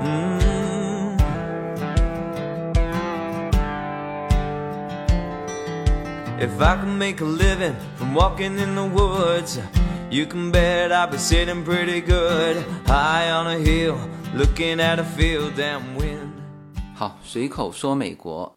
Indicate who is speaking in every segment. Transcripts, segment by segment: Speaker 1: 嗯，If I can make a living from walking in the woods, you can bet I'll be sitting pretty good high on a hill, looking at a field and wind.
Speaker 2: 好，随口说美国。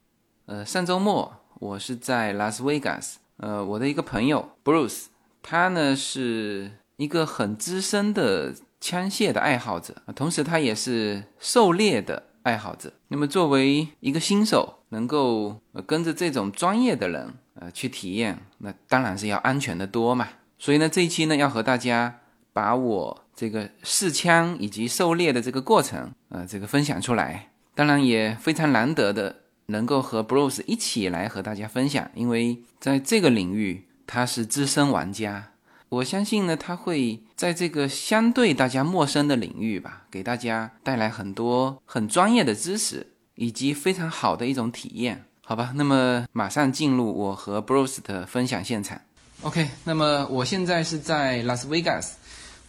Speaker 2: 呃，上周末我是在拉斯维加斯。呃，我的一个朋友 Bruce，他呢是一个很资深的枪械的爱好者，呃同时他也是狩猎的爱好者。那么作为一个新手，能够、呃、跟着这种专业的人呃去体验，那当然是要安全的多嘛。所以呢，这一期呢要和大家把我这个试枪以及狩猎的这个过程，呃，这个分享出来。当然也非常难得的能够和 Bruce 一起来和大家分享，因为在这个领域他是资深玩家，我相信呢他会在这个相对大家陌生的领域吧，给大家带来很多很专业的知识以及非常好的一种体验，好吧？那么马上进入我和 Bruce 的分享现场。OK，那么我现在是在拉斯维加斯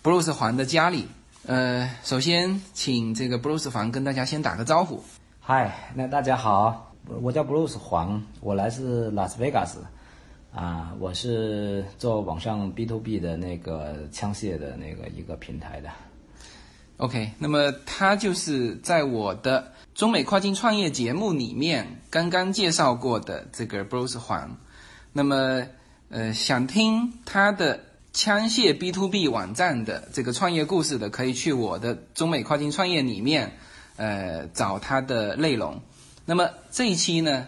Speaker 2: ，Bruce 黄的家里。呃，首先请这个 Bruce 黄跟大家先打个招呼。
Speaker 3: 嗨，那大家好，我叫 Bruce 黄，我来自拉斯维加斯，啊，我是做网上 B to B 的那个枪械的那个一个平台的，
Speaker 2: OK，那么他就是在我的中美跨境创业节目里面刚刚介绍过的这个 Bruce 黄。那么，呃，想听他的枪械 B to B 网站的这个创业故事的，可以去我的中美跨境创业里面，呃，找他的内容。那么这一期呢，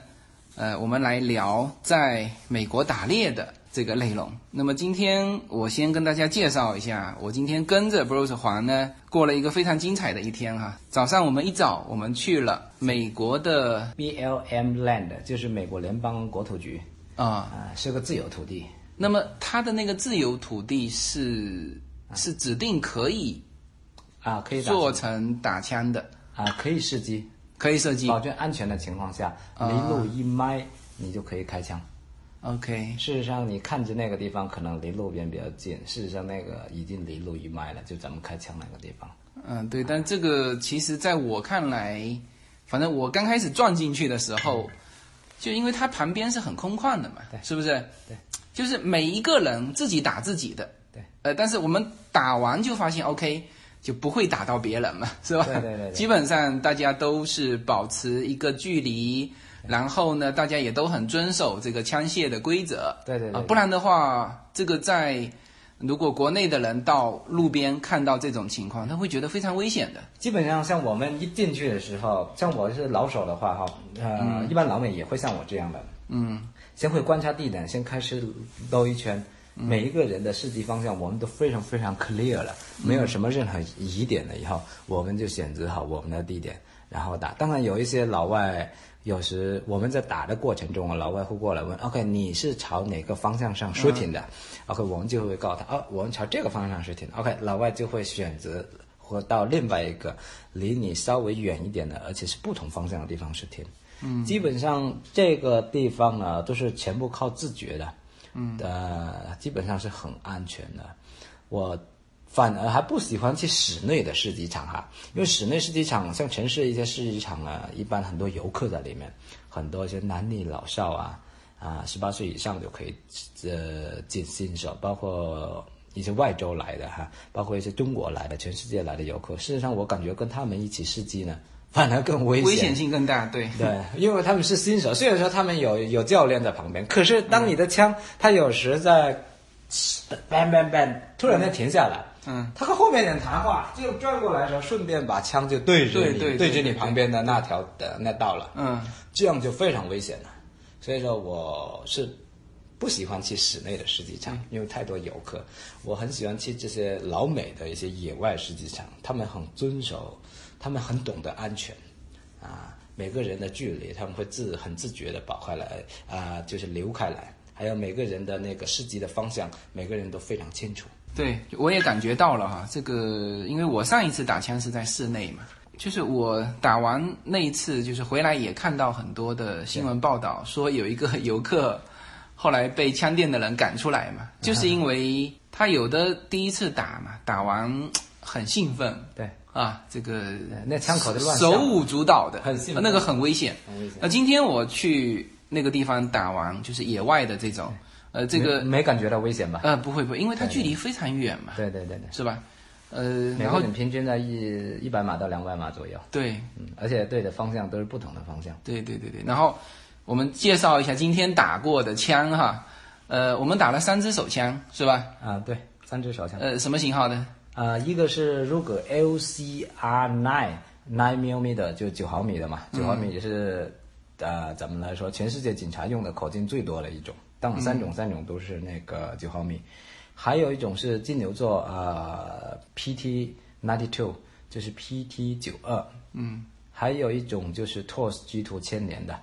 Speaker 2: 呃，我们来聊在美国打猎的这个内容。那么今天我先跟大家介绍一下，我今天跟着 Bruce 黄呢过了一个非常精彩的一天哈、早上我们一早我们去了美国的
Speaker 3: BLM Land 就是美国联邦国土局，
Speaker 2: 啊、
Speaker 3: 啊，是个自有土地，
Speaker 2: 那么它的那个自由土地是是指定可以
Speaker 3: 啊，可以打
Speaker 2: 做成打枪的，
Speaker 3: 啊，可以试机，
Speaker 2: 可以射击。
Speaker 3: 保证安全的情况下，离路一迈你就可以开枪。
Speaker 2: OK，
Speaker 3: 事实上，你看着那个地方可能离路边比较近，事实上那个已经离路一迈了，就咱们开枪那个地方。
Speaker 2: 嗯，对，但这个其实在我看来，反正我刚开始撞进去的时候，就因为它旁边是很空旷的嘛，是不是？
Speaker 3: 对，
Speaker 2: 就是每一个人自己打自己的。
Speaker 3: 对，
Speaker 2: 呃，但是我们打完就发现，OK，就不会打到别人嘛，是吧？
Speaker 3: 对对对对
Speaker 2: 基本上大家都是保持一个距离，然后呢，大家也都很遵守这个枪械的规则。
Speaker 3: 对对对
Speaker 2: 啊，
Speaker 3: 对
Speaker 2: 不然的话，这个在如果国内的人到路边看到这种情况，他会觉得非常危险的。
Speaker 3: 基本上像我们一进去的时候，像我是老手的话哈，呃，一般老美也会像我这样的，
Speaker 2: 嗯，
Speaker 3: 先会观察地点，先开始兜一圈。每一个人的射击方向，我们都非常非常 clear 了，没有什么任何疑点了。以后我们就选择好我们的地点，然后打。当然有一些老外，有时我们在打的过程中啊，老外会过来问：“OK，你是朝哪个方向上射停的、o k 我们就会告诉他：“哦，我们朝这个方向上射停的。”OK，老外就会选择或到另外一个离你稍微远一点的，而且是不同方向的地方去停。嗯，基本上这个地方呢，都是全部靠自觉的。嗯，呃，基本上是很安全的。我反而还不喜欢去室内的市集场哈，因为室内市集场像城市一些市集场啊，一般很多游客在里面，很多一些男女老少啊，啊，十八岁以上就可以呃进新手，包括一些外州来的哈，包括一些中国来的、全世界来的游客。事实上，我感觉跟他们一起试机呢，反而更危
Speaker 2: 危险性更大，对。
Speaker 3: 对，因为他们是新手，虽然说他们有有教练在旁边，可是当你的枪，它有时在 bang bang bang 突然间停下来，
Speaker 2: 嗯，
Speaker 3: 他和后面人谈话，就转过来的时候，顺便把枪就对着
Speaker 2: 对
Speaker 3: 你，
Speaker 2: 对对
Speaker 3: 着
Speaker 2: 对
Speaker 3: 你旁边的那条的那道了，
Speaker 2: 嗯，
Speaker 3: 这样就非常危险了。所以说，我是不喜欢去室内的射击场，因为太多游客。我很喜欢去这些老美的一些野外射击场，他们很遵守，他们很懂得安全，啊，每个人的距离他们会自很自觉的保开来，啊，就是留开来。还有每个人的那个射击的方向，每个人都非常清楚。
Speaker 2: 对，我也感觉到了哈，这个因为我上一次打枪是在室内嘛，就是我打完那一次，就是回来也看到很多的新闻报道，说有一个 游客后来被枪店的人赶出来
Speaker 3: 啊
Speaker 2: 嘛，就是因为他有的第一次打嘛，打完很兴奋，
Speaker 3: 对，
Speaker 2: 啊，这个
Speaker 3: 那枪口就乱
Speaker 2: 手
Speaker 3: 响
Speaker 2: 舞足蹈的，
Speaker 3: 很兴奋
Speaker 2: 那个很危险。那今天我去那个地方打完，就是野外的这种，呃，这个
Speaker 3: 没没感觉到危险吧？
Speaker 2: 呃不会不会，因为它距离非常远嘛，
Speaker 3: 对对对对，
Speaker 2: 是吧？呃，
Speaker 3: 每
Speaker 2: 然
Speaker 3: 个
Speaker 2: 后
Speaker 3: 人平均在一一百码到两百码左右，
Speaker 2: 对
Speaker 3: 嗯，而且对的方向都是不同的方向。
Speaker 2: 对对对对，然后我们介绍一下今天打过的枪哈，呃，我们打了三支手枪是吧？
Speaker 3: 啊，对，三支手枪。
Speaker 2: 呃，什么型号的？
Speaker 3: 啊，一个是 Ruger LCR Nine Nine millimeter 就九毫米的嘛，九毫米是、呃咱们来说全世界警察用的口径最多的一种，当然三种、三种都是那个九毫米，还有一种是金牛座呃 PT ninety two 就是 PT 九二，嗯，还有一种就是 TOS G two 千年的。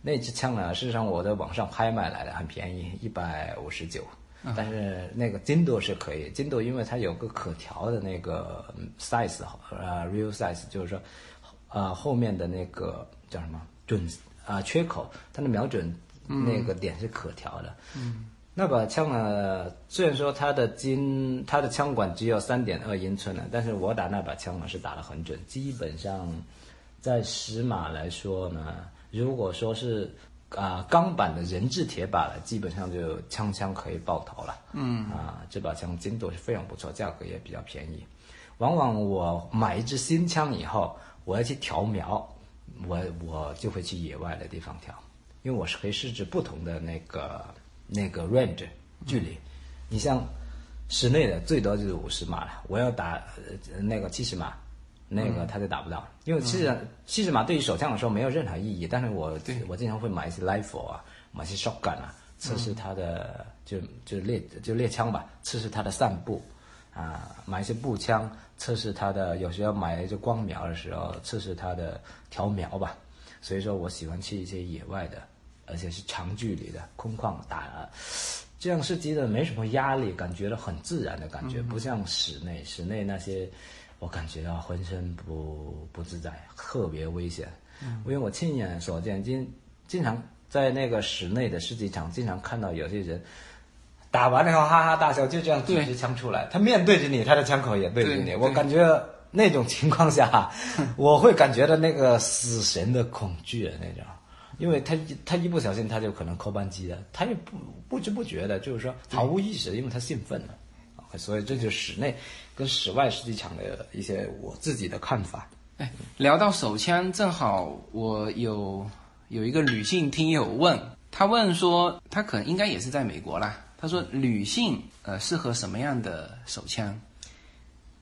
Speaker 3: 那支枪呢，事实上我在网上拍卖来的，很便宜，一百五十九。但是那个金度是可以，金度因为它有个可调的那个嗯 size 呃 real size，就是说，呃后面的那个叫什么准啊、缺口，它的瞄准那个点是可调的。嗯，那把枪呢，虽然说它的金它的枪管只有三点二英寸呢，但是我打那把枪呢是打得很准，基本上在十码来说呢，如果说是啊、钢板的人质铁靶了，基本上就枪枪可以爆头了。嗯啊、这把枪精度是非常不错，价格也比较便宜。往往我买一支新枪以后，我要去调瞄，我我就会去野外的地方调，因为我是可以试制不同的那个那个 range 距离。你像室内的最多就是五十码了，我要打呃那个七十码，那个他就打不到，因为七十七十码对于手枪来说没有任何意义，但是我我经常会买一些 rifle 啊，买一些 shotgun 啊，测试它的、就就猎就猎枪吧，测试它的散步。啊，买一些步枪测试它的，有时候买一些光瞄的时候测试它的调瞄吧。所以说我喜欢去一些野外的，而且是长距离的空旷打，这样射击的没什么压力，感觉到很自然的感觉，不像室内，室内那些我感觉到浑身不不自在，特别危险。因为我亲眼所见，经经常在那个室内的射击场，经常看到有些人。打完了以后哈哈大笑，就这样举
Speaker 2: 对
Speaker 3: 着枪出来，他面对着你，他的枪口也对着你，
Speaker 2: 对
Speaker 3: 我
Speaker 2: 对
Speaker 3: 感觉那种情况下，我会感觉到那个死神的恐惧那种，因为他一他一不小心他就可能扣扳机了，他也不不知不觉的，就是说毫无意识，因为他兴奋了。OK，所以这就是室内跟室外实际场的一些我自己的看法。
Speaker 2: 哎，聊到手枪，正好我有有一个女性听友问，她问说，她可能应该也是在美国啦。她说，女性呃适合什么样的手枪？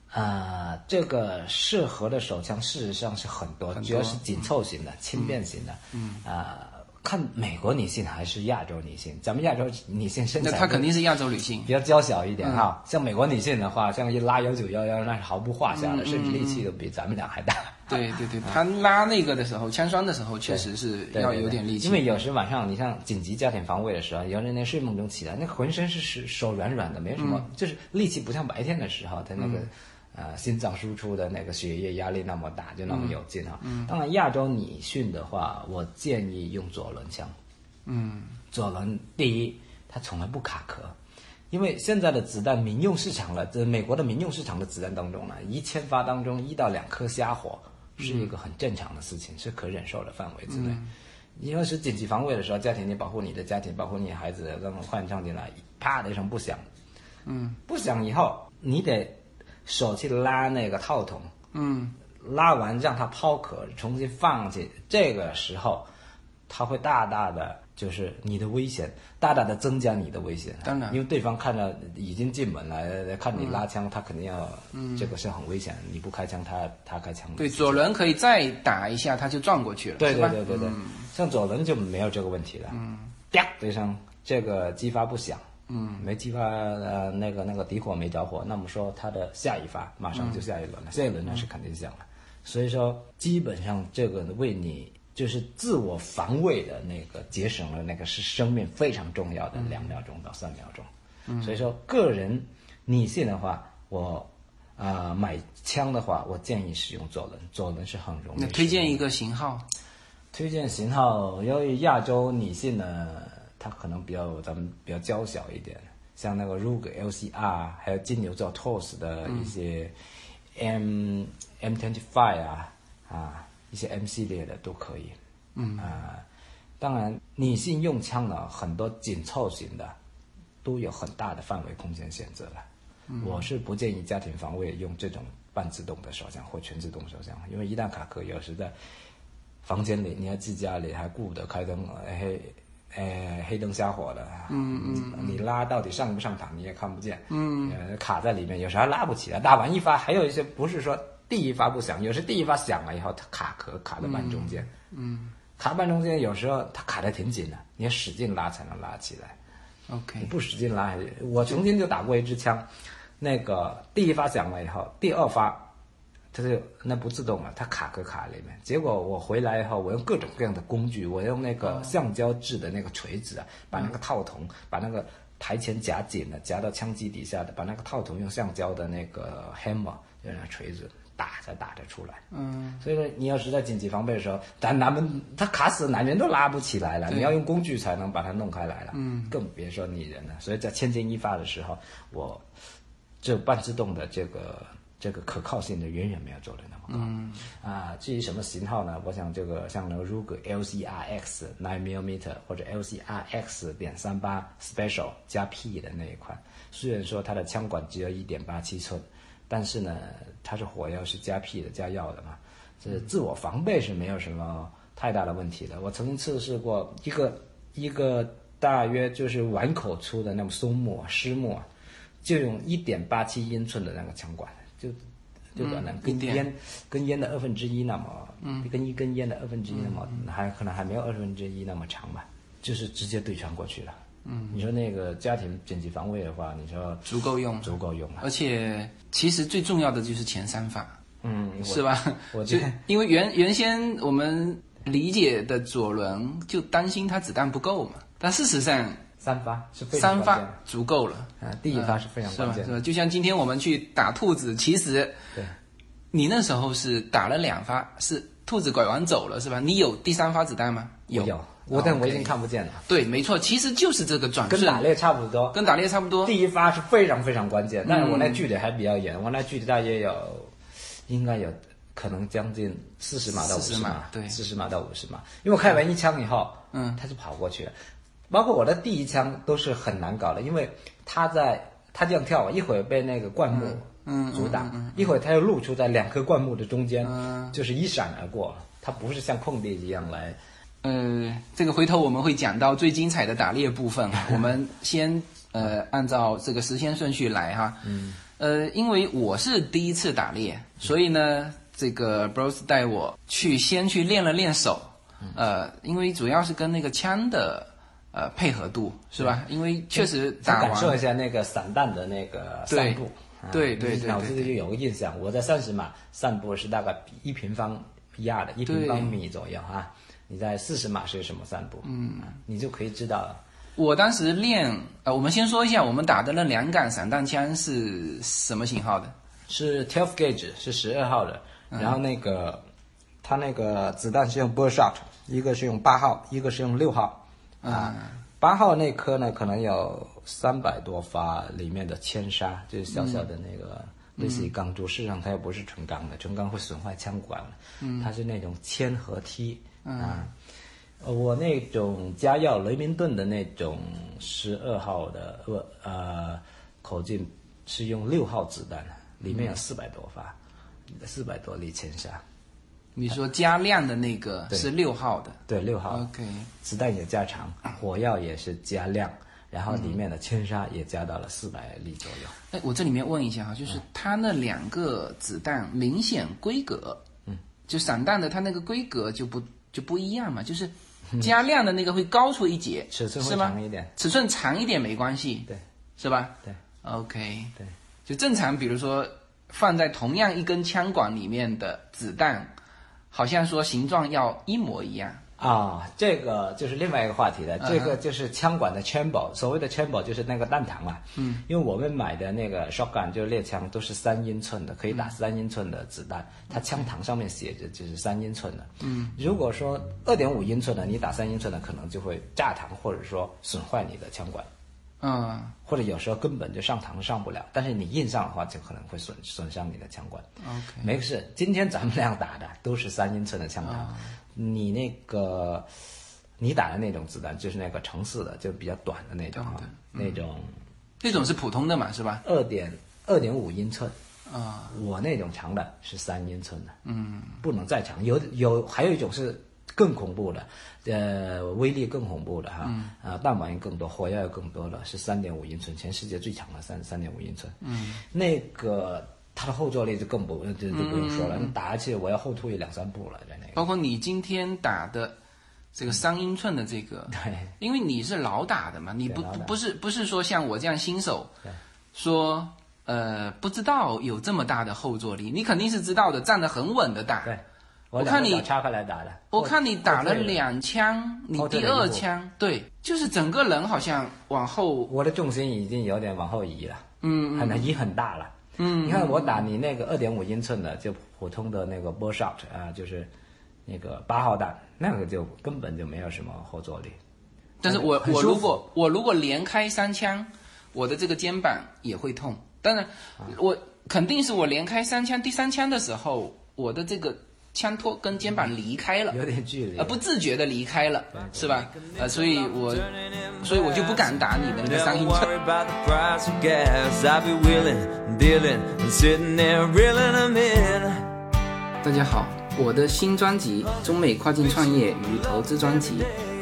Speaker 3: 啊、这个适合的手枪事实上是很多，主要是紧凑型的、轻便型的。嗯啊、看美国女性还是亚洲女性，咱们亚洲女性身
Speaker 2: 那
Speaker 3: 材
Speaker 2: 她肯
Speaker 3: 定嗯
Speaker 2: 定是亚洲女性
Speaker 3: 比。较娇小一点哈。像美国女性的话，像一拉幺九幺幺那是毫不话下的，甚至力气都比咱们俩还大。
Speaker 2: 对对对，她拉那个的时候，枪栓的时候，确实是
Speaker 3: 对
Speaker 2: 要
Speaker 3: 对
Speaker 2: 有
Speaker 3: 对
Speaker 2: 点力气。
Speaker 3: 因为有时晚上你像紧急家庭防卫的时候，有人在睡梦中起来，那浑身是是手软软的，没什么，就是力气不像白天的时候，他那个、呃心脏输出的那个血液压力那么大，就那么有劲哈。当然，亚洲女性的话，我建议用左轮枪。嗯左轮第一，它从来不卡壳，因为现在的子弹民用市场了，这美国的民用市场的子弹当中呢，一千发当中一到两颗瞎火是一个很正常的事情，是可忍受的范围之内。你要是紧急防卫的时候，家庭你保护你的家庭，保护你的孩子，让换上进来，啪的一声不响，嗯，不响以后你得手去拉那个套筒，
Speaker 2: 嗯，
Speaker 3: 拉完让它抛壳，重新放进，这个时候，它会大大的就是你的危险，大大的增加你的危险。啊
Speaker 2: 当然
Speaker 3: 因为对方看到已经进门来，看你拉枪，他肯定要，这个是很危险。你不开枪，他他开枪。
Speaker 2: 嗯对，左轮可以再打一下，她就转过去了，是
Speaker 3: 对对
Speaker 2: 吧？嗯
Speaker 3: 对对对，像左轮就没有这个问题了。嗯，啪的一声，这个激发不响。嗯，没激发呃那个那个底火没着火，那么说它的下一发马上就下一轮
Speaker 2: 嗯
Speaker 3: 了，下一轮那是肯定响了。所以说，基本上这个为你就是自我防卫的那个节省了那个是生命非常重要
Speaker 2: 嗯
Speaker 3: 的两秒钟到三秒钟。所以说，个人女性的话，我啊、呃买枪的话，我建议使用左轮，左轮是很容
Speaker 2: 那
Speaker 3: 易使用的。
Speaker 2: 推荐一个型号，
Speaker 3: 推荐型号，由于亚洲女性呢，她可能比较咱们比较娇小一点，像那个 Rug LCR，还有金牛座 TOS 的一些、 M M twenty five 啊啊一些 M 系列的都可以。嗯啊，当然女性用枪呢，很多紧凑型的都有很大的范围空间选择了。我是不建议家庭防卫用这种半自动的手枪或全自动手枪，因为一旦卡壳，有时在房间里，你要自家里还顾不得开灯，呃黑，呃黑灯瞎火的，嗯嗯，你拉到底上不上膛你也看不见，嗯，呃卡在里面，有时候拉不起来，打完一发，还有一些不是说第一发不响，有时第一发响了以后它卡壳卡在半中间，嗯，卡半中间有时候它卡的挺紧的，你要使劲拉才能拉起来，你
Speaker 2: OK，
Speaker 3: 不使劲拉，我曾经就打过一支枪，那个第一发响了以后，第二发，它就那不自动了，它卡壳卡里面。结果我回来以后，我用各种各样的工具，我用那个橡胶制的那个锤子啊，把那个套筒，把那个台前夹紧的夹到枪机底下的，把那个套筒用橡胶的那个 hammer，就那锤子打才打得出来。
Speaker 2: 嗯，
Speaker 3: 所以说，你要是在紧急防备的时候，咱咱们他卡死，男人都拉不起来了，你要用工具才能把它弄开来了，嗯，更别说你人了。所以在千钧一发的时候，我这半自动的这个这个可靠性的远远没有做的那么高。嗯啊，至于什么型号呢？我想这个像那个 Ruger LCRX 9 mm 或者 LCRX 点三八 Special 加 P 的那一款，虽然说它的枪管只有一点八七寸，但是呢，它是火药是加 P 的加药的嘛，这自我防备是没有什么太大的问题的。我曾经测试过一个一个大约就是碗口粗的那种松木啊湿木啊，就用一点八七英寸的那个枪管，就就可
Speaker 2: 嗯
Speaker 3: 能跟烟、跟烟的二分之一那么，跟一根烟的二分之一那
Speaker 2: 嗯
Speaker 3: 么，还可能还没有二分之一那么长吧，就是直接对穿过去了。嗯，你说那个家庭紧急防卫的话，你说
Speaker 2: 足够用了。
Speaker 3: 足够用了。
Speaker 2: 而且其实最重要的就是前三发，
Speaker 3: 嗯，我
Speaker 2: 是吧？
Speaker 3: 我
Speaker 2: 就
Speaker 3: 觉得
Speaker 2: 因为原原先我们理解的左轮就担心它子弹不够嘛，但事实上
Speaker 3: 三发是非常
Speaker 2: 三发
Speaker 3: 关键的
Speaker 2: 足够了，
Speaker 3: 啊，第一发是非常
Speaker 2: 是
Speaker 3: 关
Speaker 2: 吧？
Speaker 3: 键
Speaker 2: 是
Speaker 3: 的。
Speaker 2: 吧？就像今天我们去打兔子，其实
Speaker 3: 对，
Speaker 2: 你那时候是打了两发，是兔子拐弯走了，是吧？你有第三发子弹吗？
Speaker 3: 我有，我但我已经看不见了，
Speaker 2: 对，没错，其实就是这个转
Speaker 3: 跟
Speaker 2: 瞬
Speaker 3: 打，猎差不多。
Speaker 2: 跟打猎差不多。嗯
Speaker 3: 第一发是非常非常关键，但是我那距离还比较远，我那距离大约有，应该有可能将近四十码到五十
Speaker 2: 40码对
Speaker 3: 四十码到五十码，因为我开完一枪以后，嗯，他就跑过去了，包括我的第一枪都是很难搞的，因为他在他这样跳，一会儿被那个灌木
Speaker 2: 嗯嗯嗯
Speaker 3: 阻挡，一会儿他又露出在两棵灌木的中间，就是一闪而过，他不是像空地一样来。
Speaker 2: 呃，这个回头我们会讲到最精彩的打猎部分，啊 我们先呃按照这个时间顺序来哈。嗯。呃，因为我是第一次打
Speaker 3: 嗯
Speaker 2: 猎，所以呢，这个 Bros 带我去先去练了练手，
Speaker 3: 嗯
Speaker 2: 呃，因为主要是跟那个枪的呃配合度是吧？因为确实打
Speaker 3: 哎感受一
Speaker 2: 完
Speaker 3: 下那个散弹的那个散步，啊
Speaker 2: 对对对对
Speaker 3: 脑子里就有个印象。我在三十码散步是大概一平方亚的一
Speaker 2: 对
Speaker 3: 平方米左右啊，你在四十码是什么散步？嗯，你就可以知道了。
Speaker 2: 我当时练呃，我们先说一下我们打的那两杆散弹枪是什么型号的？
Speaker 3: 是 twelve gauge 是十二号的，然后那个、它那个子弹是用 bullshot，一个是用八号，一个是用六号啊。八、号那颗呢，可能有三百多发，里面的铅砂就是小小的那个。类似于钢珠，事实上它又不是纯钢的，纯钢会损坏枪管了。它是那种铅合梯、啊。呃我那种加药雷明顿的那种十二号的，不呃口径是用六号子弹的，里
Speaker 2: 嗯
Speaker 3: 面有四百多发，四百多粒铅杀，
Speaker 2: 你说加量的那个是六号的
Speaker 3: 对，六号
Speaker 2: ，OK。
Speaker 3: 子弹也加长，火药也是加量，然后里面的铅杀也加到了四百粒左右。
Speaker 2: 哎，我这里面问一下哈，
Speaker 3: 嗯
Speaker 2: 就是它那两个子弹明显规格，嗯，就散弹的它那个规格就不就不一样嘛，就是加量的那个会高出一截，
Speaker 3: 嗯尺寸会
Speaker 2: 是吗
Speaker 3: 长一点
Speaker 2: 尺寸长一点没关系，
Speaker 3: 对，
Speaker 2: 是吧？
Speaker 3: 对
Speaker 2: ，OK，
Speaker 3: 对，
Speaker 2: 就正常，比如说放在同样一根枪管里面的子弹，好像说形状要一模一样，
Speaker 3: 啊，这个就是另外一个话题了。这个就是枪管的 chamber，、所谓的 chamber 就是那个弹膛啊。嗯，因为我们买的那个 shotgun 就是猎枪，都是三英寸的，可以打三英寸的子弹。它枪膛上面写着就是三英寸的。嗯，如果说二点五英寸的，你打三英寸的，可能就会炸膛或者说损坏你的枪管。
Speaker 2: 嗯
Speaker 3: 或者有时候根本就上膛上不了，但是你硬上的话，就可能会损损伤你的枪管。
Speaker 2: ，OK，
Speaker 3: 没事，今天咱们俩打的都是三英寸的枪膛，你那个你打的那种子弹就是那个城市的，就比较短的那种啊，那种
Speaker 2: 这种是普通的嘛，是吧？
Speaker 3: 二点二点五英寸，
Speaker 2: 啊、
Speaker 3: 我那种长的是三英寸的，嗯，不能再长。有有还有一种是更恐怖的，呃，威力更恐怖的哈，
Speaker 2: 嗯
Speaker 3: 啊，弹丸也更多，火药也更多的是三点五英寸，全世界最长的三三点五英寸，嗯，那个它的后坐力就更不就就不用说
Speaker 2: 嗯
Speaker 3: 了，你打下去我要后退两三步了，在那个，
Speaker 2: 包括你今天打的这
Speaker 3: 嗯
Speaker 2: 个三英寸的这个，
Speaker 3: 对，
Speaker 2: 因为你是老打的嘛，你不
Speaker 3: 对老打
Speaker 2: 不是不是说像我这样新手，说呃不知道有这么大的后坐力，你肯定是知道的，站得很稳的打。
Speaker 3: 对
Speaker 2: 我
Speaker 3: 两
Speaker 2: 看
Speaker 3: 个
Speaker 2: 你
Speaker 3: 脚插开来打的，
Speaker 2: 我
Speaker 3: 后
Speaker 2: 看你打了
Speaker 3: 后退
Speaker 2: 两枪，你
Speaker 3: 后退
Speaker 2: 第
Speaker 3: 了一
Speaker 2: 二
Speaker 3: 步
Speaker 2: 枪对，就是整个人好像往后，
Speaker 3: 我的重心已经有点往后移了，
Speaker 2: 嗯，
Speaker 3: 很移很大了。嗯，你看我打你那个二点五英寸的，就普通的那个 ball shot 啊，就是那个八号弹，那个就根本就没有什么后坐力。
Speaker 2: 但是我
Speaker 3: 很
Speaker 2: 我
Speaker 3: 舒
Speaker 2: 如
Speaker 3: 服
Speaker 2: 果我如果连开三枪，我的这个肩膀也会痛。当然，
Speaker 3: 啊
Speaker 2: 我肯定是我连开三枪，第三枪的时候，我的这个枪托跟肩膀离开了，
Speaker 3: 有点距离
Speaker 2: 呃，不自觉的离开了，是吧？呃，所以我所以我就不敢打你的那个三
Speaker 1: Never
Speaker 2: 英寸。
Speaker 1: worry about the price of gas. I'll be willing, and dealing, and sitting there reeling 'em in.
Speaker 2: 大家好，我的新专辑《中美跨境创业与投资专辑》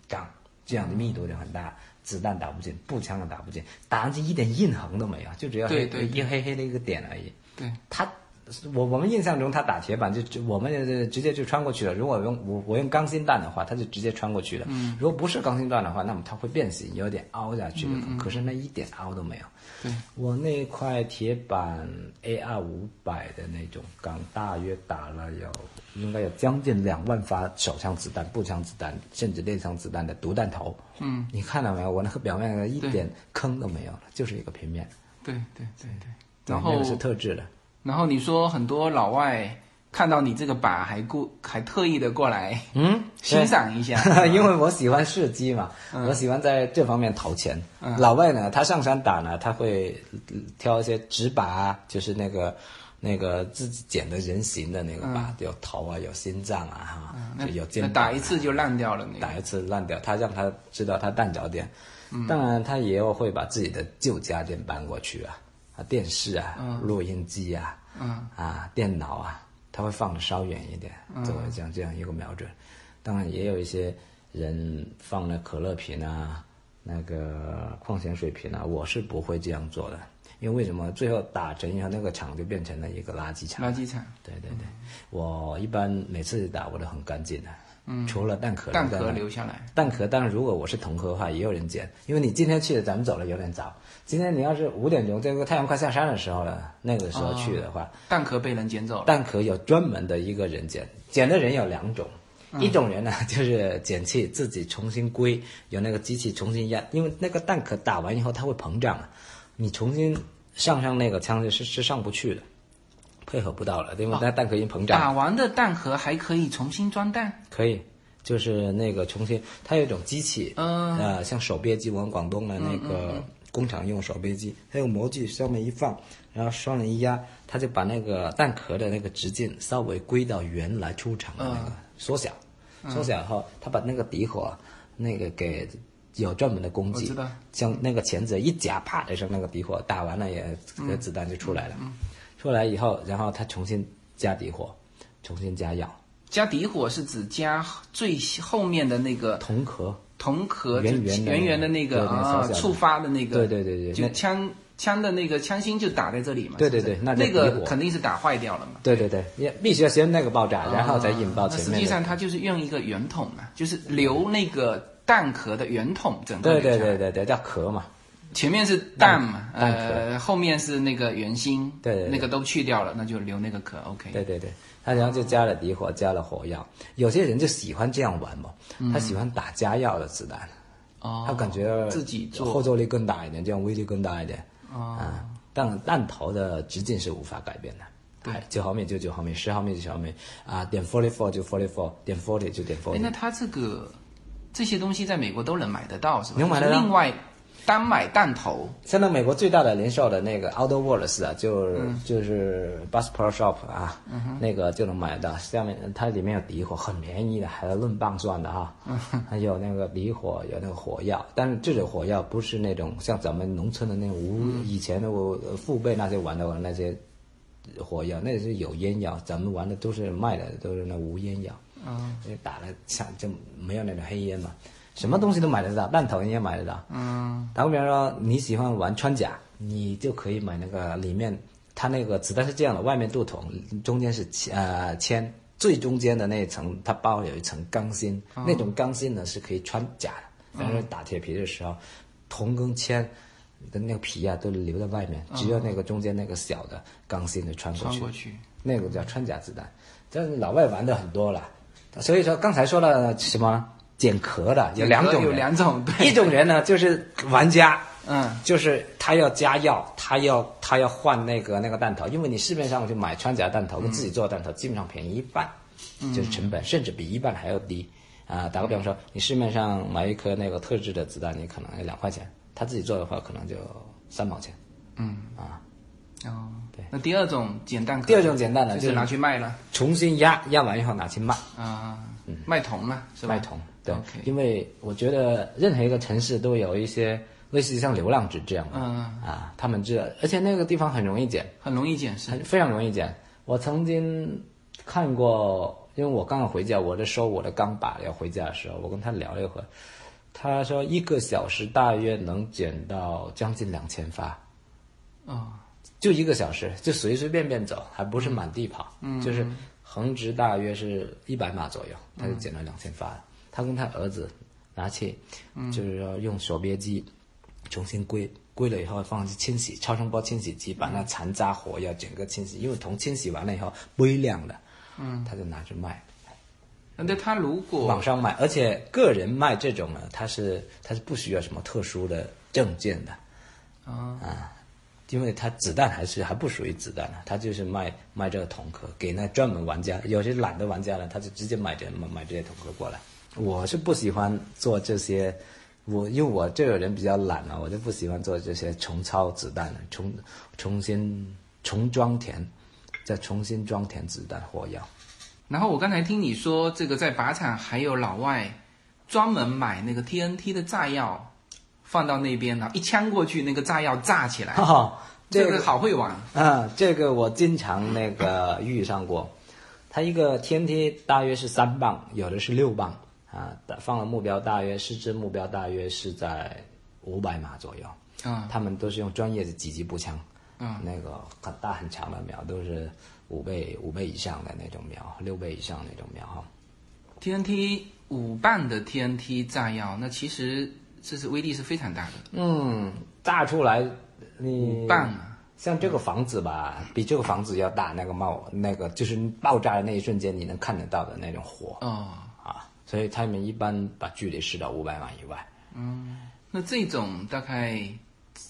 Speaker 3: 钢，这样的密度就很大，子弹打不进，步枪也打不进，打上去一点印痕都没有，就只要
Speaker 2: 对
Speaker 3: 黑
Speaker 2: 对对
Speaker 3: 一黑黑的一个点而已。
Speaker 2: 对，
Speaker 3: 他，我我们印象中他打铁板就就我们呃直接就穿过去了。如果用我我用钢筋弹的话，他就直接穿过去了。
Speaker 2: 嗯
Speaker 3: 如果不是钢筋弹的话，那么它会变形，有点凹下去的。可是那一点凹都没有。
Speaker 2: 嗯对，
Speaker 3: 我那块铁板 AR 五百的那种钢，大约打了有应该有将近两万发手枪子弹、步枪子弹，甚至猎枪子弹的毒弹头。嗯，你看到没有？我那个表面一点坑都没有了，就是一个平面。
Speaker 2: 对对对对。
Speaker 3: 对
Speaker 2: 然
Speaker 3: 那
Speaker 2: 后
Speaker 3: 个是特制的。
Speaker 2: 然后你说很多老外看到你这个靶还故还特意的过来
Speaker 3: 嗯，，
Speaker 2: 欣赏一下
Speaker 3: 因为我喜欢射击嘛，
Speaker 2: 嗯
Speaker 3: 我喜欢在这方面投钱。老外呢，他上山打呢，他会呃挑一些直靶啊，就是那个那个自己剪的人形的那个靶，有头啊，有心脏啊，哈，
Speaker 2: 那
Speaker 3: 就有
Speaker 2: 嗯那
Speaker 3: 肩膀啊
Speaker 2: 打一次就烂掉了那个
Speaker 3: 打。一次烂掉，他让他知道他蛋着点。
Speaker 2: 嗯
Speaker 3: 当然，他也有会把自己的旧家电搬过去啊，啊，电视啊，录音机啊，
Speaker 2: 嗯
Speaker 3: 啊，电脑啊，他会放的稍远一点，作为这样这样一个瞄准。当然，也有一些人放了可乐瓶啊，那个矿泉水瓶啊，我是不会这样做的，因为为什么？最后打成以后，那个场就变成了一个垃圾场。
Speaker 2: 垃圾场，
Speaker 3: 对对对，我一般每次打我都很干净的，嗯，除了蛋壳，
Speaker 2: 蛋壳留下来。
Speaker 3: 蛋壳，当然如果我是同科的话，也有人捡，因为你今天去的，咱们走的有点早。今天你要是五点钟，这个太阳快下山的时候了，那个时候去的话，嗯
Speaker 2: 蛋壳被人捡走了。
Speaker 3: 蛋壳有专门的一个人捡，捡的人有两种，一种人呢就是捡去自己重新归，有那个机器重新压，因为那个蛋壳打完以后它会膨胀啊，你重新上上那个枪是是是上不去的，配合不到了，因为那蛋壳已经膨胀了。
Speaker 2: 打完的蛋壳还可以重新装蛋，
Speaker 3: 可以，就是那个重新，它有一种机器，
Speaker 2: 嗯
Speaker 3: 呃，像手别机，我们广东的那个工厂用手别机，它用模具上面一放，然后双人一压，它就把那个蛋壳的那个直径稍微归到原来出厂的那
Speaker 2: 嗯
Speaker 3: 个、缩小，缩小后，它把那个底火那个给。有专门的工
Speaker 2: 我
Speaker 3: 具
Speaker 2: 知道，
Speaker 3: 像那个钳子一夹，啪的一声，那个底火打完了
Speaker 2: 嗯
Speaker 3: 也，那子弹就出来了。出来以后，然后它重新加底火，重新加药，
Speaker 2: 加底火是指加最后面的那个
Speaker 3: 铜壳
Speaker 2: 铜壳，就
Speaker 3: 圆圆的
Speaker 2: 圆圆的那个
Speaker 3: 对那个小
Speaker 2: 啊
Speaker 3: 小，的
Speaker 2: 触发的那个，
Speaker 3: 对对对对
Speaker 2: 就
Speaker 3: 那
Speaker 2: 枪枪的那个枪芯就打在这里嘛，
Speaker 3: 对对
Speaker 2: 是不是
Speaker 3: 对那就
Speaker 2: 那
Speaker 3: 底
Speaker 2: 个
Speaker 3: 火
Speaker 2: 肯定是打坏掉了嘛。
Speaker 3: 对对对，也必须要先那个爆炸，然后再引爆
Speaker 2: 啊那
Speaker 3: 前
Speaker 2: 实
Speaker 3: 面的。
Speaker 2: 际上它就是用一个圆筒嘛，就是留那个蛋壳的圆筒，整个
Speaker 3: 对
Speaker 2: 留
Speaker 3: 对
Speaker 2: 下来
Speaker 3: 对对对，叫壳嘛。
Speaker 2: 前面是蛋嘛，
Speaker 3: 蛋蛋
Speaker 2: 呃，后面是那个圆心，
Speaker 3: 对对对
Speaker 2: 那个都去掉了，那就留那个壳，OK。
Speaker 3: 对对对，他然后就加了底火，加了火药。有些人就喜欢这样玩嘛，他喜欢打加药的子弹，
Speaker 2: 嗯哦，
Speaker 3: 他感觉
Speaker 2: 自己
Speaker 3: 后
Speaker 2: 做，
Speaker 3: 坐力更大一点，这样威力更大一点。啊，但弹头的直径是无法改变的。对，九毫米就九毫米，十毫米就十毫米啊，点 forty four 就 forty four，点 forty 就点
Speaker 2: 哎
Speaker 3: forty。，
Speaker 2: 那它这个这些东西在美国都能买得到是吧？
Speaker 3: 能买得到
Speaker 2: 就是另外单买弹头，
Speaker 3: 现在美国最大的零售的那个 Outdoor Worlds 啊，就是、就是 Bass Pro Shop 啊，那个就能买到。下面它里面有底火，很便宜的，还有论磅算的啊。还有那个底火，有那个火药，但是这种火药不是那种像咱们农村的那种无、以前的我呃父辈那些玩的那些火药，那是有烟药，咱们玩的都是卖的都是那无烟药。
Speaker 2: 嗯，
Speaker 3: 因为打了枪就没有那种黑烟嘛，什么东西都买得到，弹头你也买得到。
Speaker 2: 嗯，
Speaker 3: 打个比方说，你喜欢玩穿甲，你就可以买那个里面它那个子弹是这样的，外面镀铜，中间是铅呃铅，最中间的那一层它包有一层钢芯，
Speaker 2: 嗯
Speaker 3: 那种钢芯呢是可以穿甲的。但是打铁皮的时候，铜跟铅的那个皮啊都留在外面，只有那个中间那个小的钢芯的穿过
Speaker 2: 穿
Speaker 3: 去
Speaker 2: 过。去，
Speaker 3: 那个叫穿甲子弹，但是老外玩的很多了。所以说刚才说了什么捡壳的，有两种
Speaker 2: 有
Speaker 3: 人
Speaker 2: 两种，对，
Speaker 3: 一种人呢就是玩家，
Speaker 2: 嗯，
Speaker 3: 就是他要加药，他要他要换那个那个弹头，因为你市面上就买穿甲弹头跟自己做的弹头基本上便宜一半，就是成本甚至比一半还要低。啊，打个比方说，你市面上买一颗那个特制的子弹，你可能要两块钱，他自己做的话可能就三毛钱。
Speaker 2: 哦，那第二种简单壳，
Speaker 3: 第二种简单的
Speaker 2: 就
Speaker 3: 就是是
Speaker 2: 拿去卖了
Speaker 3: 重新压压完以后拿去卖，
Speaker 2: 啊，卖铜了是吧？
Speaker 3: 嗯卖铜。对
Speaker 2: OK
Speaker 3: 因为我觉得任何一个城市都有一些类似于像流浪者这样的、
Speaker 2: 嗯
Speaker 3: 啊，他们知道，而且那个地方很容易捡，
Speaker 2: 很容易捡是
Speaker 3: 很非常容易捡。我曾经看过，因为我刚刚回家，我在收我的钢把要回家的时候，我跟他聊了一会儿，他说一个小时大约能捡到将近两千发。
Speaker 2: 哦，
Speaker 3: 就一个小时，就随随便便走，还不是满地跑，就是横直大约是一百码左右，他就捡了两千发了。他跟他儿子拿去，就是说用手别机重新归归了以后，放去清洗超声波清洗机，把那残渣火药整个清洗，因为铜清洗完了以后微量的，嗯，他就拿去卖，
Speaker 2: 那它如果
Speaker 3: 网上卖，而且个人卖这种呢，他是他是不需要什么特殊的证件的。
Speaker 2: 啊，
Speaker 3: 因为它子弹还是还不属于子弹呢，啊它就是卖卖这个铜壳给那专门玩家，有些懒的玩家呢，他就直接买这买买这些铜壳过来。我是不喜欢做这些，我因为我这个人比较懒啊嘛，我就不喜欢做这些重操子弹的，重重新重装填，再重新装填子弹火药。
Speaker 2: 然后我刚才听你说这个在靶场还有老外专门买那个 TNT 的炸药放到那边，然后一枪过去，那个炸药炸起来
Speaker 3: 哈，哈，
Speaker 2: 这个好会玩，
Speaker 3: 啊，这个我经常那个遇上过，它一个天梯大约是三磅，有的是六磅啊，打放了目标大约是只目标大约是在五百码左右，
Speaker 2: 啊
Speaker 3: 他们都是用专业的狙击步枪，
Speaker 2: 嗯
Speaker 3: 那个很大很长的瞄，都是五倍五倍以上的那种瞄，六倍以上那种瞄哈。
Speaker 2: ，TNT 五磅的 TNT 炸药，那其实这是威力是非常大的，
Speaker 3: 嗯，炸出来你
Speaker 2: 五磅啊，
Speaker 3: 像这个房子吧，比这个房子要大，那个冒那个就是爆炸的那一瞬间你能看得到的那种火
Speaker 2: 哦，
Speaker 3: 啊，所以他们一般把距离设到五百码以外。
Speaker 2: 那这种大概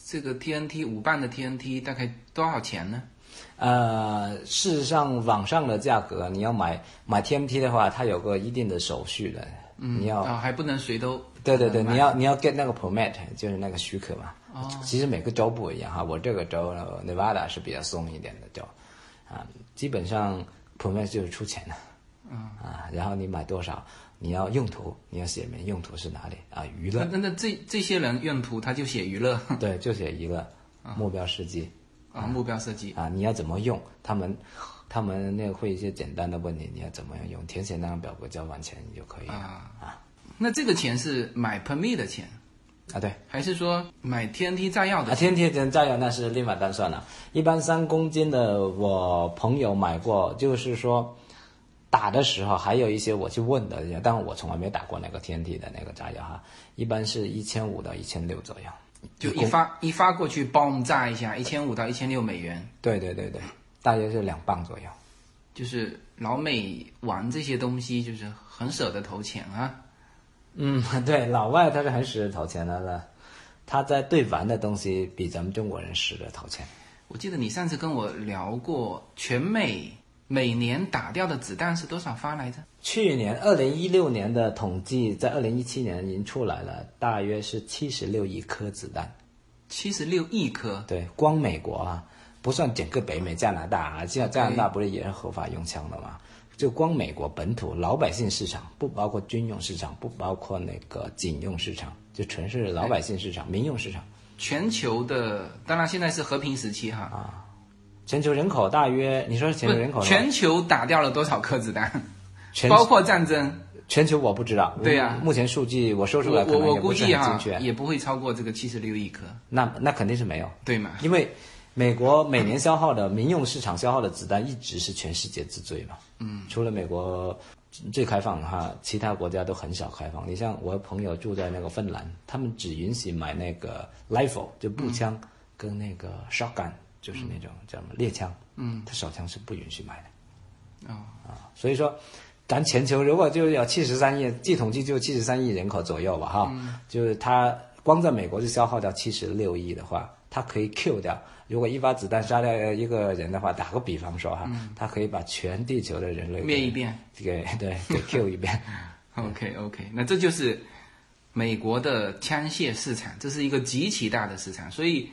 Speaker 2: 这个 TNT 五磅的 TNT 大概多少钱呢？
Speaker 3: 呃，事实上，网上的价格，你要买买 TMT 的话，它有个一定的手续的，你要、
Speaker 2: 啊、还不能谁都
Speaker 3: 对对对，
Speaker 2: 能买
Speaker 3: 你要你要 get 那个 permit，就是那个许可嘛。其实每个州不一样哈，我这个州呃 Nevada 是比较松一点的州，啊，基本上 permit 就是出钱的，啊，然后你买多少，你要用途，你要写明用途是哪里啊，娱乐
Speaker 2: 那，那那这这些人用途他就写娱乐
Speaker 3: 对，就写娱乐，目标司机
Speaker 2: 啊，目标设计
Speaker 3: 啊，你要怎么用？他们他们那个会一些简单的问题，你要怎么样用？填写那张表格交完钱你就可以了
Speaker 2: 啊
Speaker 3: 啊
Speaker 2: 那这个钱是买 permit 的钱，
Speaker 3: 啊，对。
Speaker 2: 还是说买 TNT 炸药
Speaker 3: 啊，
Speaker 2: 的钱？
Speaker 3: 天天能炸药那是另外单算了。一般三公斤的，我朋友买过，就是说打的时候还有一些我去问的，但我从来没打过那个天地的那个炸药哈，一般是一千五到一千六左右。
Speaker 2: 就一发一发过去，嘣炸一下，一千五到一千六美元。
Speaker 3: 对对对对，大约是两磅左右。
Speaker 2: 就是老美玩这些东西，就是很舍得投钱啊。
Speaker 3: 嗯，对，老外他是很舍得投钱的了，他在对玩的东西比咱们中国人舍得投钱。
Speaker 2: 我记得你上次跟我聊过，全美每年打掉的子弹是多少发来着？
Speaker 3: 去年二零一六年的统计，在二零一七年已经出来了，大约是七十六亿颗子弹。
Speaker 2: 七十六亿颗。
Speaker 3: 对，光美国啊，不算整个北美加拿大啊，加加拿大不是也是合法用枪的吗？就光美国本土老百姓市场，不包括军用市场，不包括那个警用市场，就纯是老百姓市场、民用市场。
Speaker 2: 全球的，当然现在是和平时期哈，
Speaker 3: 全球人口大约，你说啊是全球人口
Speaker 2: 不
Speaker 3: 吗
Speaker 2: 是全球打掉了多少颗子弹？
Speaker 3: 全
Speaker 2: 包括战争，
Speaker 3: 全球我不知道，嗯
Speaker 2: 对呀
Speaker 3: 目前数据我说出
Speaker 2: 我
Speaker 3: 来可
Speaker 2: 我
Speaker 3: 能
Speaker 2: 我
Speaker 3: 也
Speaker 2: 估
Speaker 3: 不是
Speaker 2: 计
Speaker 3: 很
Speaker 2: 哈
Speaker 3: 精确，
Speaker 2: 也不会超过这个七十六亿颗，
Speaker 3: 那那肯定是没有，
Speaker 2: 对吗？
Speaker 3: 因为美国每年消耗的民用市场消耗的子弹一直是全世界之最嘛。嗯，除了美国最开放哈，其他国家都很少开放。你像我朋友住在那个芬兰，他们只允许买那个 rifle 就步枪
Speaker 2: 嗯
Speaker 3: 跟那个 shotgun，、就是那种叫什么猎枪。嗯，他手枪是不允许买的。
Speaker 2: 哦，
Speaker 3: 所以说，咱全球如果就有七十三亿，据统计就七十三亿人口左右吧，哈，
Speaker 2: 嗯
Speaker 3: 就是它光在美国就消耗掉七十六亿的话，它可以 Q 掉。如果一发子弹杀掉一个人的话，打个比方说哈，它可以把全地球的人类
Speaker 2: 嗯灭一遍。
Speaker 3: 给，给对给 Q 一遍。
Speaker 2: OK OK，那这就是美国的枪械市场，这是一个极其大的市场，所以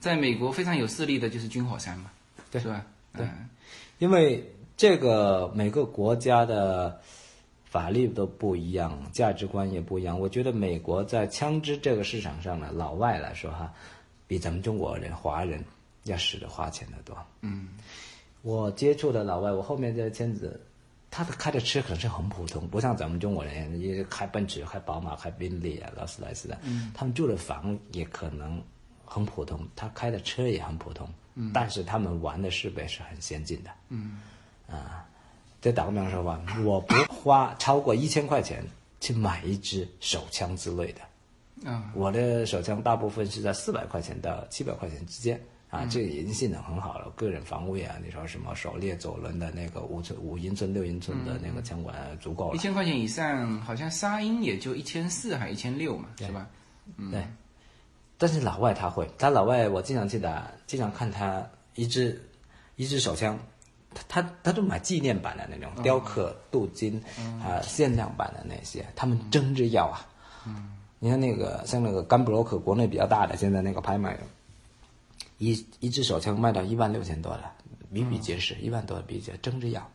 Speaker 2: 在美国非常有势力的就是军火商嘛，
Speaker 3: 对
Speaker 2: 是吧？嗯，
Speaker 3: 因为这个每个国家的法律都不一样，价值观也不一样。我觉得美国在枪支这个市场上呢，老外来说哈，比咱们中国人、华人要使得花钱的多。嗯，我接触的老外，我后面这个圈子。他的开的车可能是很普通，不像咱们中国人，也是开奔驰、开宝马、开宾利啊、劳斯莱斯的。他们住的房也可能很普通，他开的车也很普通，但是他们玩的设备是很先进的。再打个比方说吧，我不花超过一千块钱去买一支手枪之类的。
Speaker 2: 啊、
Speaker 3: 我的手枪大部分是在四百块钱到七百块钱之间啊，这已经性能很好了。个人防卫啊，你说什么狩猎左轮的那个五寸、五英寸、六英寸的那个枪管啊足够
Speaker 2: 一
Speaker 3: 了。
Speaker 2: 千块钱以上，好像沙鹰也就一千四还一千六嘛，是吧？
Speaker 3: 对，但是老外他会，他老外我经常去打，经常看他一支一支手枪，他他他都买纪念版的那种雕刻、镀金啊、限量版的那些，他们争着要啊。你看那个像那个甘布罗克，国内比较大的，现在那个拍卖，一一支手枪卖到一万六千多了，比比皆是，一万多比皆争着要。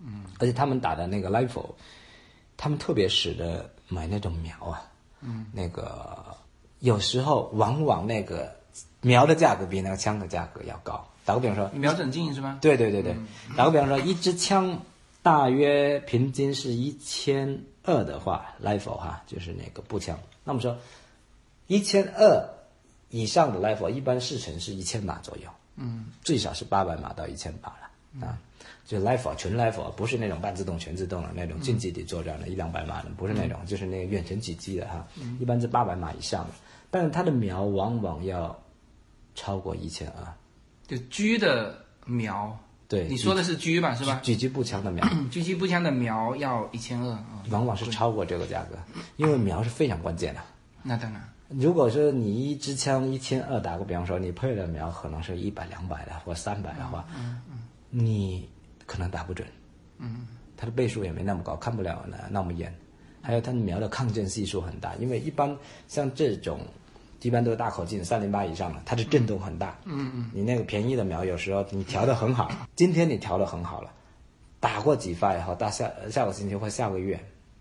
Speaker 3: 嗯，而且他们打的那个 rifle，他们特别使得买那种苗啊，嗯，那个有时候往往那个苗的价格比那个枪的价格要高。打个比方说，
Speaker 2: 瞄准镜是吧？
Speaker 3: 对对对对，打个比方说，一支枪大约平均是一千二的话，rifle 哈，就是那个步枪。那么说，一千二以上的 life 一般试乘是一千码左右，嗯，最少是八百码到一千八了啊。就 life 纯 life 不是那种半自动全自动的那种近距离作战的，一两百码的，不是那种，就是那个远程狙击的哈，一般是八百码以上的，但是它的瞄往往要超过一千二，
Speaker 2: 就狙的瞄，
Speaker 3: 对，
Speaker 2: 你说的是狙吧，是吧？
Speaker 3: 狙击步枪的瞄
Speaker 2: 狙击步枪的瞄要一千二啊，
Speaker 3: 往往是超过这个价格，因为瞄是非常关键的。
Speaker 2: 那当然，
Speaker 3: 如果说你一支枪一千二，打个比方说，你配的瞄可能是一百、两百的或三百的话，你可能打不准，嗯，它的倍数也没那么高，看不了那那么远，还有它的瞄的抗震系数很大，因为一般像这种一般都是大口径三零八以上的，它的震动很大，嗯嗯，你那个便宜的瞄有时候你调的很好，今天你调的很好了，打过几发以后，到下下个星期或下个月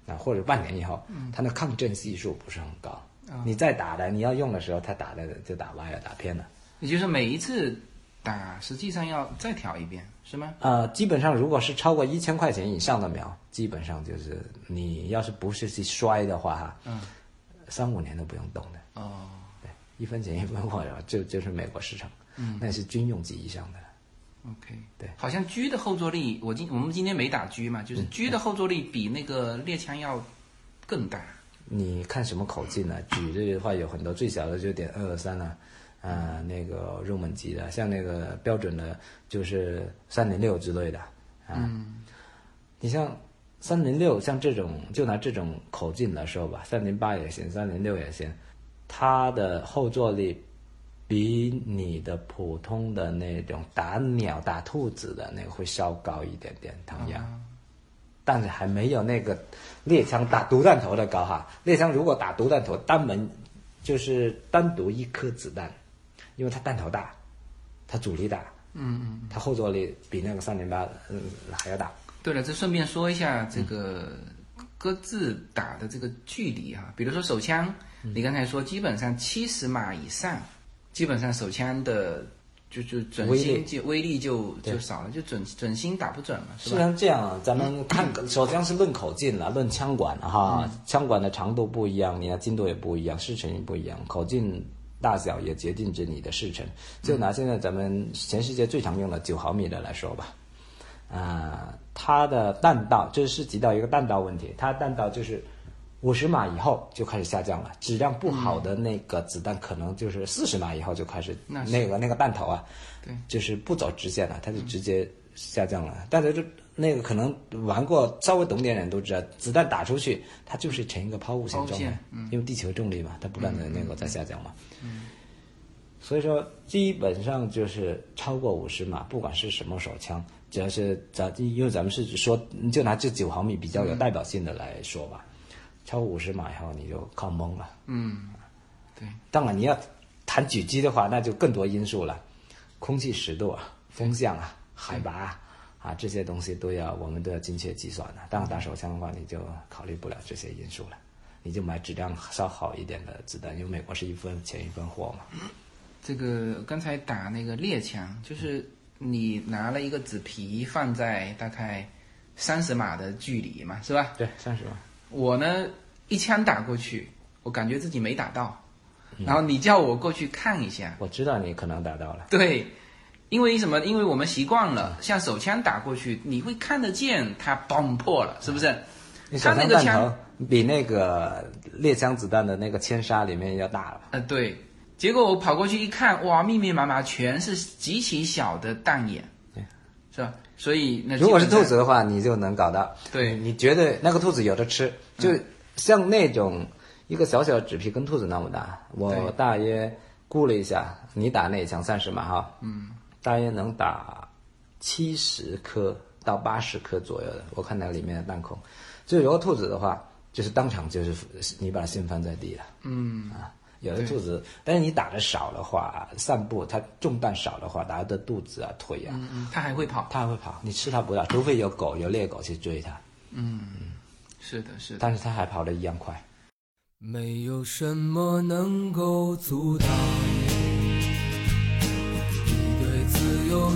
Speaker 3: 啊，或者半年以后，它的抗震系数不是很高。你再打的，你要用的时候，它打的就打歪了，打偏了。
Speaker 2: 也就是每一次打实际上要再调一遍，是吗？
Speaker 3: 呃，基本上如果是超过一千块钱以上的苗，基本上就是你要是不是去摔的话，哈，
Speaker 2: 嗯，
Speaker 3: 三五年都不用动的，
Speaker 2: 哦，
Speaker 3: 对，一分钱一分货，然后就就是美国市场，嗯，那是军用级以上的，
Speaker 2: OK，
Speaker 3: 对嗯
Speaker 2: 好像狙的后坐力，我今我们今天没打狙嘛，就是狙的后坐力比那个猎枪要更大。
Speaker 3: 你看什么口径呢、举例的话有很多，最小的就点二二三啊，呃，那个入门级的，像那个标准的，就是三零六之类的。嗯，你像三零六，像这种就拿这种口径来说吧，三零八也行，三零六也行，它的后坐力比你的普通的那种打鸟、打兔子的那个会稍高一点点，同样。但是还没有那个猎枪打独弹头的高哈。猎枪如果打独弹头，单门就是单独一颗子弹，因为它弹头大，它阻力大，
Speaker 2: 嗯嗯。
Speaker 3: 它后坐力比那个三零八嗯还要大。
Speaker 2: 对了，这顺便说一下
Speaker 3: 嗯
Speaker 2: 这个各自打的这个距离哈、比如说手枪，
Speaker 3: 嗯
Speaker 2: 你刚才说基本上七十码以上，基本上手枪的就就准
Speaker 3: 威力
Speaker 2: 心就威力就就少了，就准准心打不准了，是
Speaker 3: 虽
Speaker 2: 吧？
Speaker 3: 然这样啊，咱们看个，首先是论口径了，论枪管了哈，
Speaker 2: 嗯
Speaker 3: 枪管的长度不一样，你的精度也不一样，射程也不一样，口径大小也决定着你的射程。就拿现在咱们全世界最常用的九毫米的来说吧，啊、它的弹道这是涉及到一个弹道问题，它弹道就是。五十码以后就开始下降了，质量不好的那个子弹可能就是四十码以后就开始
Speaker 2: 嗯那是
Speaker 3: 那个那个弹头啊，
Speaker 2: 对，嗯
Speaker 3: 就是不走直线了，它就直接下降了。大家就那个可能玩过稍微懂点人都知道，子弹打出去，它就是成一个抛物线
Speaker 2: 抛物
Speaker 3: 状
Speaker 2: 线嗯
Speaker 3: 态，因为地球重力嘛，它不断的那个在下降嘛。所以说，基本上就是超过五十码，不管是什么手枪，只要是咱因为咱们是说，就拿这九毫米比较有代表性的来说吧，超过五十码以后你就靠蒙了。
Speaker 2: 嗯，对，
Speaker 3: 当然，你要谈狙击的话，那就更多因素了，空气湿度啊、风向
Speaker 2: 嗯
Speaker 3: 啊、海拔啊啊这些东西都要，我们都要精确计算的。当然，打手枪的话，你就考虑不了这些因素了，你就买质量稍好一点的子弹，因为美国是一分钱一分货嘛。
Speaker 2: 这个刚才打那个猎枪，就是
Speaker 3: 嗯
Speaker 2: 你拿了一个纸皮放在大概三十码的距离嘛，是吧？
Speaker 3: 对，三十万。
Speaker 2: 我呢一枪打过去，我感觉自己没打到，
Speaker 3: 嗯
Speaker 2: 然后你叫我过去看一下，
Speaker 3: 我知道你可能打到了，
Speaker 2: 对，因为什么？因为我们习惯了，像手枪打过去，你会看得见它崩破了，是不是？
Speaker 3: 嗯你手
Speaker 2: 它那
Speaker 3: 枪
Speaker 2: 个
Speaker 3: 弹
Speaker 2: 枪，
Speaker 3: 头比那个猎枪子弹的那个铅杀里面要大了。
Speaker 2: 呃，对。结果我跑过去一看，哇，密密麻麻全是极其小的弹眼，
Speaker 3: 对，
Speaker 2: 是吧？所以那
Speaker 3: 嗯如果是
Speaker 2: 基本
Speaker 3: 兔
Speaker 2: 上
Speaker 3: 子，的话，你就能搞到。
Speaker 2: 对嗯
Speaker 3: 你觉得那个兔子有的吃，就像那种一个小小的纸皮跟兔子那么大，我
Speaker 2: 对
Speaker 3: 大约估了一下，你打那一枪三十码哈，嗯，大约能打七十颗到八十颗左右的，我看那里面的弹孔。就如果兔子的话，就是当场就是你把它掀翻在地了。
Speaker 2: 嗯，
Speaker 3: 啊，有的兔子，但是你打的少的话，散步它中弹少的话，打的肚子啊、腿啊，
Speaker 2: 嗯它还会跑，
Speaker 3: 它还会跑，你吃它不到，除非有狗有猎狗去追它，
Speaker 2: 嗯是的，是的。
Speaker 3: 但是它还跑得一样快。
Speaker 4: 没有什么能够阻挡你对自由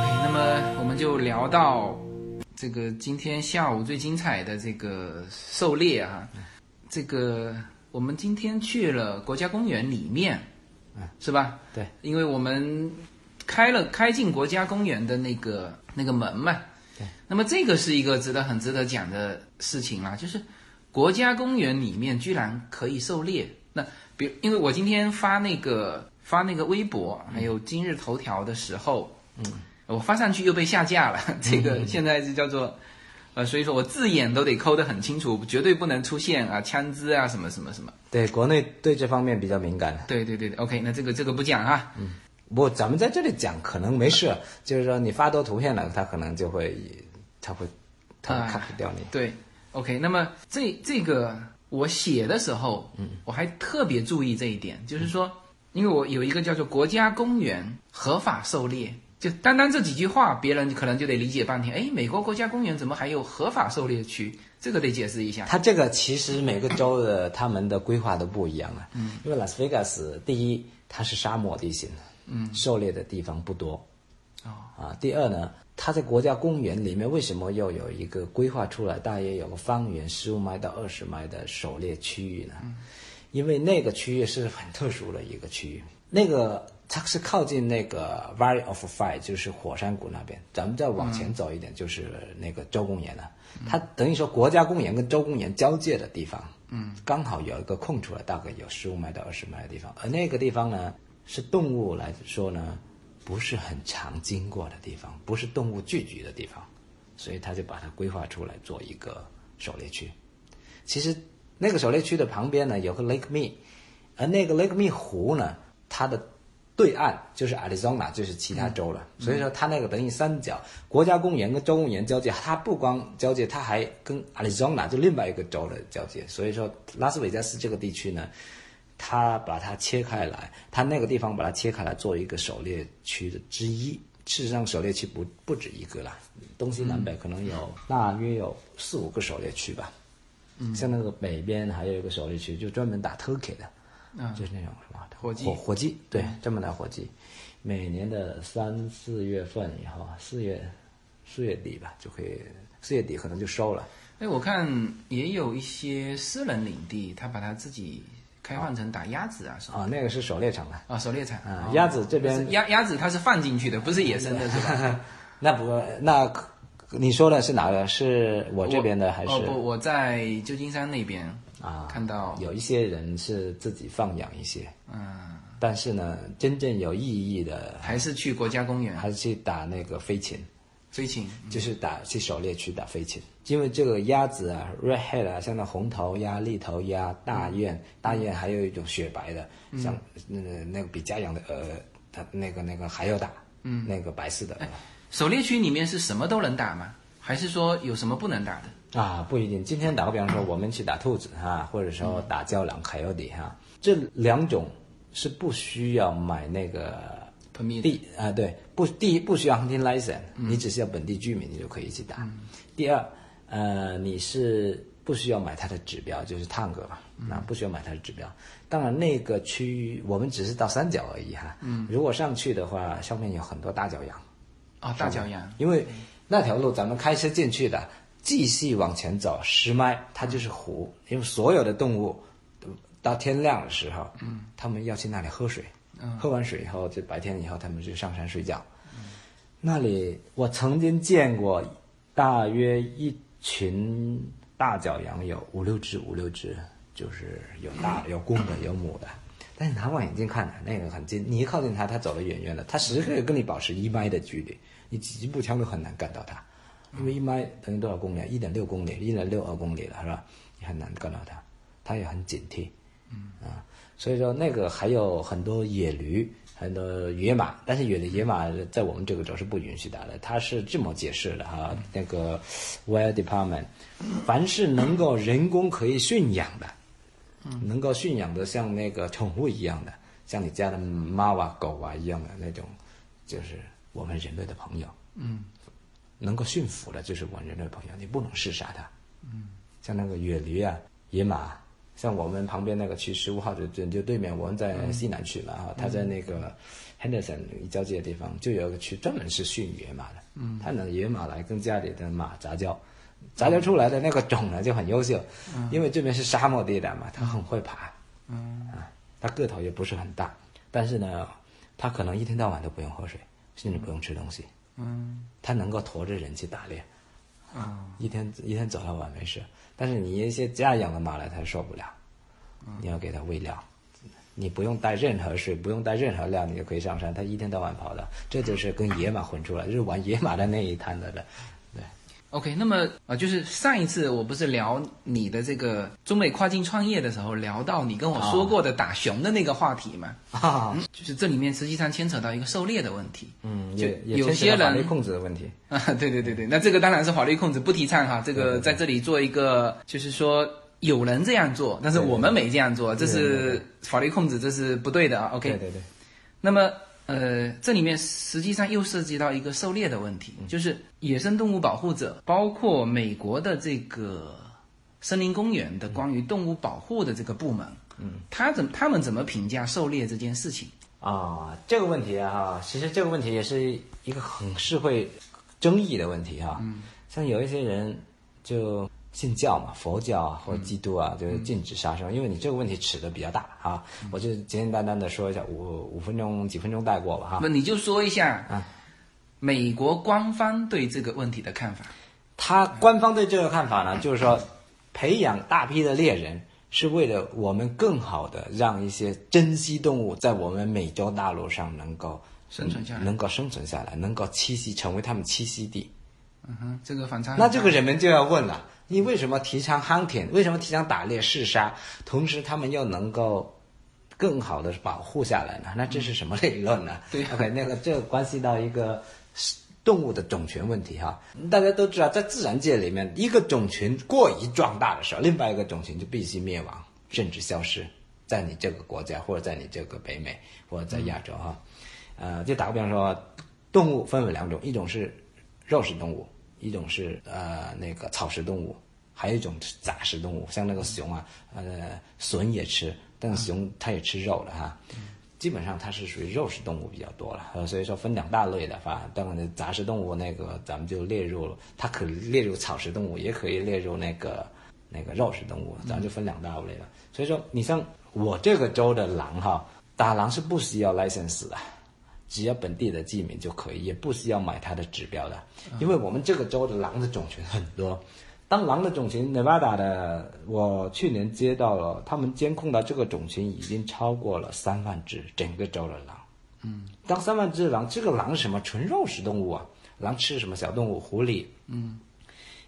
Speaker 2: OK，那么我们就聊到这个今天下午最精彩的这个狩猎哈、这个我们今天去了国家公园里面，是吧？
Speaker 3: 对，
Speaker 2: 因为我们开了开进国家公园的那个那个门嘛。
Speaker 3: 对，
Speaker 2: 那么这个是一个值得很值得讲的事情啦，就是国家公园里面居然可以狩猎。那比如，因为我今天发那个发那个微博，还有今日头条的时候，嗯，我发上去又被下架了。这个现在是叫做，呃，所以说我字眼都得抠得很清楚，绝对不能出现啊枪支啊什么什么什么。
Speaker 3: 对，国内对这方面比较敏感。
Speaker 2: 对对对对，OK，那这个这个不讲哈。
Speaker 3: 不，咱们在这里讲可能没事，就是说你发多图片了，他可能就会，他会，他
Speaker 2: 哎
Speaker 3: 会 cut 掉你。
Speaker 2: 对，OK，那么这这个我写的时候，嗯，我还特别注意这一点，
Speaker 3: 嗯
Speaker 2: 就是说，因为我有一个叫做国家公园合法狩猎，就单单这几句话，别人可能就得理解半天。哎，美国国家公园怎么还有合法狩猎区？这个得解释一下。
Speaker 3: 它这个其实每个州的他们的规划都不一样啊。嗯，因为拉斯维加斯第一它是沙漠地形，嗯，狩猎的地方不多。
Speaker 2: 哦
Speaker 3: 啊，第二呢，它在国家公园里面为什么要有一个规划出来，大约有个方圆十五迈到二十迈的狩猎区域呢？因为那个区域是很特殊的一个区域，那个它是靠近那个 Valley of Fire，就是火山谷那边。咱们再往前走一点，就是那个州公园了。它等于说国家公园跟州公园交界的地方，嗯，刚好有一个空出来，大概有十五迈到二十迈的地方。而那个地方呢，是动物来说呢，不是很常经过的地方，不是动物聚集的地方，所以他就把它规划出来做一个狩猎区。其实那个狩猎区的旁边呢有个 Lake Me，而那个 Lake Me 湖呢，它的对岸就是 Arizona，就是其他州了。所以说它那个等于三角国家公园跟州公园交界，它不光交界，它还跟 Arizona 就另外一个州的交界。所以说拉斯维加斯这个地区呢。它把它切开来，它那个地方把它切开来做一个狩猎区的之一。事实上，狩猎区不不止一个啦，东西南北可能有、大约有四五个狩猎区吧。
Speaker 2: 嗯
Speaker 3: 像那个北边还有一个狩猎区，就专门打 turkey 的，就是那种什么
Speaker 2: 啊火鸡嗯
Speaker 3: 火火鸡，对，专门打火鸡。每年的三四月份以后，四月四月底吧，就可以，四月底可能就收了。
Speaker 2: 哎，我看也有一些私人领地，他把它自己开放成打鸭子啊什么
Speaker 3: 啊，那个是狩猎场了，
Speaker 2: 啊狩猎场
Speaker 3: 啊
Speaker 2: 哦
Speaker 3: 鸭子这边
Speaker 2: 是鸭鸭子它是放进去的，不是野 生的，是吧？
Speaker 3: 那不那可你说的是哪个？是我这边的还是？
Speaker 2: 哦不，我在旧金山那边
Speaker 3: 啊，
Speaker 2: 看到
Speaker 3: 有一些人是自己放养一些，
Speaker 2: 嗯，
Speaker 3: 但是呢，真正有意义的
Speaker 2: 还是去国家公园
Speaker 3: 还是去打那个飞禽。
Speaker 2: 飞禽。
Speaker 3: 就是打去狩猎去打飞禽，因为这个鸭子啊，redhead 啊，像那红头鸭、绿头鸭、大雁，大雁还有一种雪白的，像那个那个比家养的鹅，它那个那个还要大，嗯，那个白色的鹅
Speaker 2: 狩猎区里面是什么都能打吗？还是说有什么不能打的？
Speaker 3: 啊，不一定。今天打个比方说，我们去打兔子哈，或者说打郊狼、凯尤底哈，这两种是不需要买那个
Speaker 2: Permit
Speaker 3: 地啊、对，不，第一不需要 hunting license，、你只是要本地居民，你就可以一起打。第二，呃，你是不需要买它的指标，就是探戈嘛，那、不需要买它的指标。当然，那个区域我们只是到山脚而已哈。嗯，如果上去的话，上面有很多大脚羊，
Speaker 2: 哦，大脚羊。
Speaker 3: 因为那条路咱们开车进去的，继续往前走十迈，它就是湖，因为所有的动物呃到天亮的时候，嗯，他们要去那里喝水，嗯，喝完水以后，就白天以后，他们就上山睡觉。那里我曾经见过，大约一群大角羊有五六只，五六只，就是有大有公的有母的，但是拿望远镜看的、那个很近，你一靠近它，它走得远远的，它时刻跟你保持一迈的距离，你几步枪都很难干到它，因为一迈等于多少公里？一点六公里，一点六二公里了，是吧？你很难干到它，它也很警惕，嗯啊，所以说那个还有很多野驴。很多野马，但是有的野马在我们这个州是不允许打的。它是这么解释的哈，那个 Wild Department，凡是能够人工可以驯养的，能够驯养的像那个宠物一样的，像你家的猫啊、狗啊一样的那种，就是我们人类的朋友。
Speaker 2: 嗯，
Speaker 3: 能够驯服的，就是我们人类的朋友，你不能射杀它。嗯，像那个野驴啊、野马啊，像我们旁边那个区十五号的就就对面，我们在西南区嘛哈，他在那个 Henderson 一交界的地方，就有一个区专门是驯野马的。嗯，他拿野马来跟家里的马杂交。杂交出来的那个种呢就很优秀，因为这边是沙漠地带嘛，它很会爬。嗯它个头也不是很大，但是呢，它可能一天到晚都不用喝水，甚至不用吃东西。嗯，它能够驮着人去打猎。啊、一天一天走到晚没事，但是你一些家养的马来它受不了，
Speaker 2: 嗯
Speaker 3: 你要给它喂料，你不用带任何水，不用带任何料，你就可以上山。它一天到晚跑的，这就是跟野马混出来，就是玩野马的那一摊子的。对，
Speaker 2: OK，那么啊，就是上一次我不是聊你的这个中美跨境创业的时候，聊到你跟我说过的打熊的那个话题嘛，嗯
Speaker 3: 啊，
Speaker 2: 就是这里面实际上牵扯到一个狩猎的问题。
Speaker 3: 嗯，
Speaker 2: 就
Speaker 3: 也也
Speaker 2: 有
Speaker 3: 牵扯
Speaker 2: 些
Speaker 3: 到法律
Speaker 2: 人
Speaker 3: 控制的问题。
Speaker 2: 啊， 对对对对，那这个当然是法律控制，不提倡哈。这个在这里做一个，就是说有人这样做，但是我们没这样做，这是法律控制，这是不对的啊。OK，
Speaker 3: 对对对，
Speaker 2: 那么，呃，这里面实际上又涉及到一个狩猎的问
Speaker 3: 嗯
Speaker 2: 题，就是野生动物保护者，包括美国的这个森林公园的
Speaker 3: 嗯
Speaker 2: 关于动物保护的这个部门，嗯，他怎他们怎么评价狩猎这件事情？
Speaker 3: 啊，这个问题啊，其实这个问题也是一个很是会争议的问题哈、啊像有一些人就信教嘛，佛教啊或者基督啊，就是禁止杀生，因为你这个问题尺度比较大啊。我就简简单单的说一下，五五分钟几分钟带过吧哈。
Speaker 2: 那你就说一下，
Speaker 3: 啊
Speaker 2: 美国官方对这个问题的看法。
Speaker 3: 他官方对这个看法呢，就是说，培养大批的猎人是为了我们更好的让一些珍稀动物在我们美洲大陆上能够
Speaker 2: 生存下来
Speaker 3: 能够生存下来，能够栖息成为他们栖息地。
Speaker 2: 嗯哼，这个反差很大。
Speaker 3: 那这个人们就要问了：你为什么提倡 hunting？为什么提倡打猎嗜杀？同时，他们又能够更好的保护下来呢？那这是什么理论呢？
Speaker 2: 对
Speaker 3: ，OK，那个这个关系到一个动物的种群问题哈。大家都知道，在自然界里面，一个种群过于壮大的时候，另外一个种群就必须灭亡，甚至消失。在你这个国家，或者在你这个北美，或者在亚洲哈，呃，就打个比方说，动物分为两种，一种是肉食动物，一种是呃那个草食动物，还有一种是杂食动物，像那个熊啊，呃，笋也吃，但是熊它也吃肉了哈。基本上它是属于肉食动物比较多了，呃，所以说分两大类的话，当然杂食动物那个咱们就列入了，它可以列入草食动物，也可以列入那个那个肉食动物，咱们就分两大类了。所以说，你像我这个州的狼哈，打狼是不需要 license 的，只要本地的居民就可以，也不需要买它的指标的，因为我们这个州的狼的种群很多。当狼的种群，Nevada 的，我去年接到了，他们监控到这个种群已经超过了三万只，整个州的狼。嗯，当三万只狼，这个狼是什么？纯肉食动物啊，狼吃什么小动物？狐狸，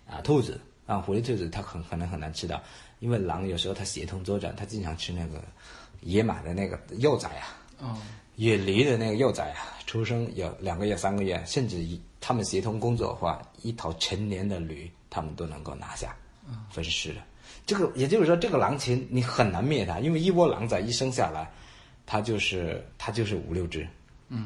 Speaker 3: 啊，兔子啊，狐狸、兔子它很可能很难吃到，因为狼有时候它协同作战，它经常吃那个野马的那个幼崽啊，
Speaker 2: 哦，
Speaker 3: 野驴的那个幼崽啊，出生有两个月、三个月，甚至一他们协同工作的话，一头成年的驴他们都能够拿下，分尸的。这个也就是说，这个狼群你很难灭它，因为一窝狼崽一生下来，它就是它就是五六只，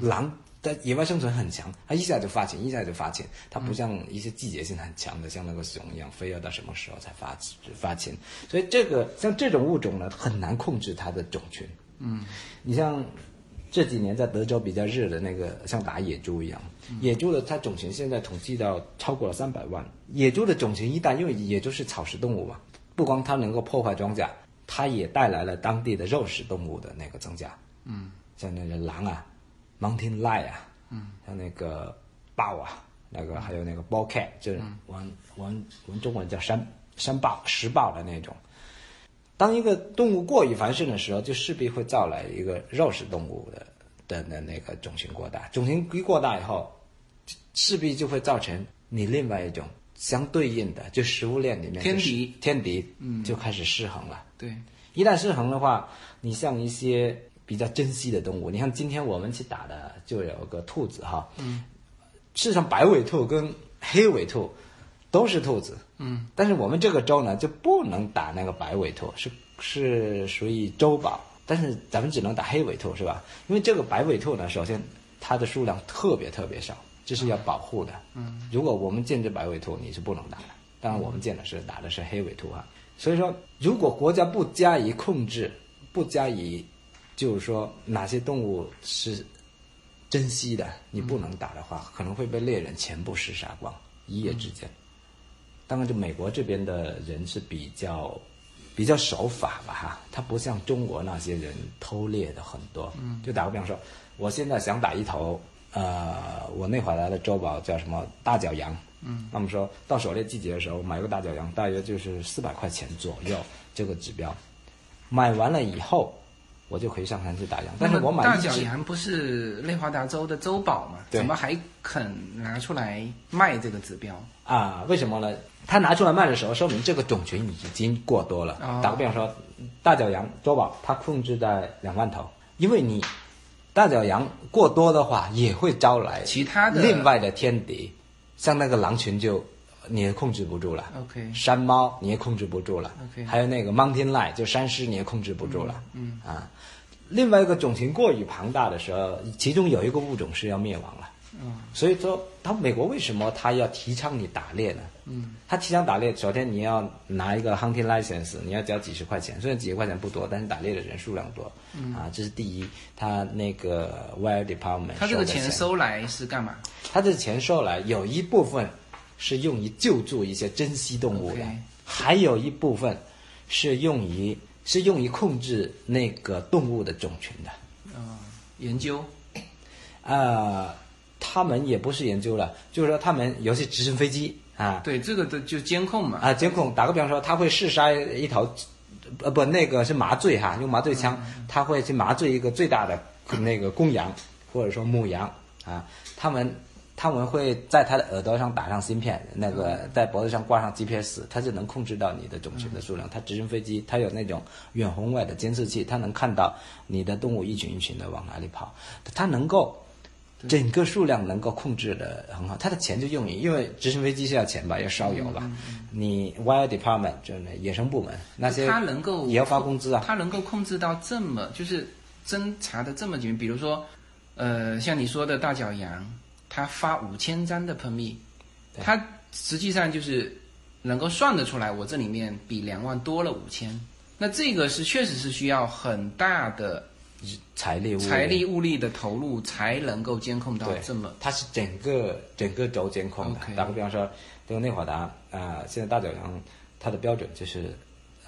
Speaker 3: 狼在野外生存很强，它一下就发情，一下就发情，它不像一些季节性很强的，像那个熊一样，非要到什么时候才发发情。所以这个像这种物种呢，很难控制它的种群。嗯，你像这几年在德州比较热的那个，像打野猪一样，野猪的它种群现在统计到超过了三百万。野猪的种群一旦，因为野猪是草食动物嘛，不光它能够破坏庄稼，它也带来了当地的肉食动物的那个增加。嗯，像那个狼啊，mountain lion 啊，嗯，像那个豹啊，那个还有那个 bobcat，就是玩玩玩中文叫山山豹、石豹的那种，当一个动物过于繁盛的时候，就势必会造来一个肉食动物的的的那个种群过大。种群一过大以后，势必就会造成你另外一种相对应的，就食物链里面的
Speaker 2: 天敌
Speaker 3: 天敌，嗯，就开始失衡了。
Speaker 2: 对，
Speaker 3: 一旦失衡的话，你像一些比较珍稀的动物，你看今天我们去打的就有个兔子哈，嗯，事实上白尾兔跟黑尾兔都是兔子，嗯，但是我们这个州呢就不能打那个白尾兔，是是属于州保，但是咱们只能打黑尾兔是吧？因为这个白尾兔呢，首先它的数量特别特别少，这是要保护的，嗯，如果我们建制白尾兔，你是不能打的。当然，我们建的是打的是黑尾兔哈。所以说，如果国家不加以控制，不加以，就是说哪些动物是珍稀的，你不能打的话，可能会被猎人全部厮杀光，一夜之间。当然，就美国这边的人是比较比较守法吧哈，他不像中国那些人偷猎的很多。嗯，就打个比方说，我现在想打一头，呃，我那会儿来的周宝叫什么大角羊。嗯，那么说到狩猎季节的时候，买个大角羊大约就是四百块钱左右这个指标。买完了以后，我就可以上山去打羊。但是我买
Speaker 2: 大
Speaker 3: 一
Speaker 2: 角
Speaker 3: 只
Speaker 2: 羊不是内华达州的州宝嘛？
Speaker 3: 对
Speaker 2: 怎么还肯拿出来卖这个指标？
Speaker 3: 啊，为什么呢？他拿出来卖的时候，说明这个种群已经过多了。
Speaker 2: 哦
Speaker 3: 打个比方说，大角羊周宝它控制在两万头，因为你大角羊过多的话，也会招来
Speaker 2: 其他的
Speaker 3: 另外的天敌，像那个狼群就你也控制不住了。
Speaker 2: OK
Speaker 3: 山猫你也控制不住了。
Speaker 2: OK
Speaker 3: 还有那个 mountain lion 就山狮你也控制不住了。嗯啊，另外一个种群过于庞大的时候，其中有一个物种是要灭亡了。
Speaker 2: 嗯
Speaker 3: 所以说，他美国为什么他要提倡你打猎呢？嗯，他提倡打猎，首先你要拿一个 hunting license，你要交几十块钱，虽然几十块钱不多，但是打猎的人数量多，嗯、啊，这是第一。他那个 wire department
Speaker 2: 他这
Speaker 3: 的
Speaker 2: 个钱收来是干嘛？
Speaker 3: 他这钱收来有一部分是用于救助一些珍稀动物的
Speaker 2: OK
Speaker 3: 还有一部分是用于是用于控制那个动物的种群的。
Speaker 2: 嗯，研究。
Speaker 3: 呃，他们也不是研究了，就是说他们有些直升飞机啊
Speaker 2: 对，这个的就监控嘛。
Speaker 3: 啊，监控打个比方说，他会试杀一头，呃不，那个是麻醉哈，用麻醉枪，他会去麻醉一个最大的那个公羊或者说母羊啊，他们。他们会在他的耳朵上打上芯片，那个在脖子上挂上 GPS，它就能控制到你的种群的数量。它直升飞机，它有那种远红外的监视器，它能看到你的动物一群一群的往哪里跑，它能够整个数量能够控制的很好，它的钱就用于，因为直升飞机是要钱吧，要烧油吧。
Speaker 2: 嗯
Speaker 3: 你 Wire Department 就是那野生部门那些，
Speaker 2: 他能够
Speaker 3: 也要发工资啊。
Speaker 2: 他能够控制到这么就是侦查的这么紧密，比如说，呃，像你说的大角羊，他发五千张的 permit，他实际上就是能够算得出来，我这里面比两万多了五千，那这个是确实是需要很大的
Speaker 3: 财力物
Speaker 2: 财力物力的投入才能够监控到
Speaker 3: 对，
Speaker 2: 这么
Speaker 3: 它是整个整个州监控的。
Speaker 2: OK
Speaker 3: 打个比方说，就内华达啊、呃现在大角羊它的标准就是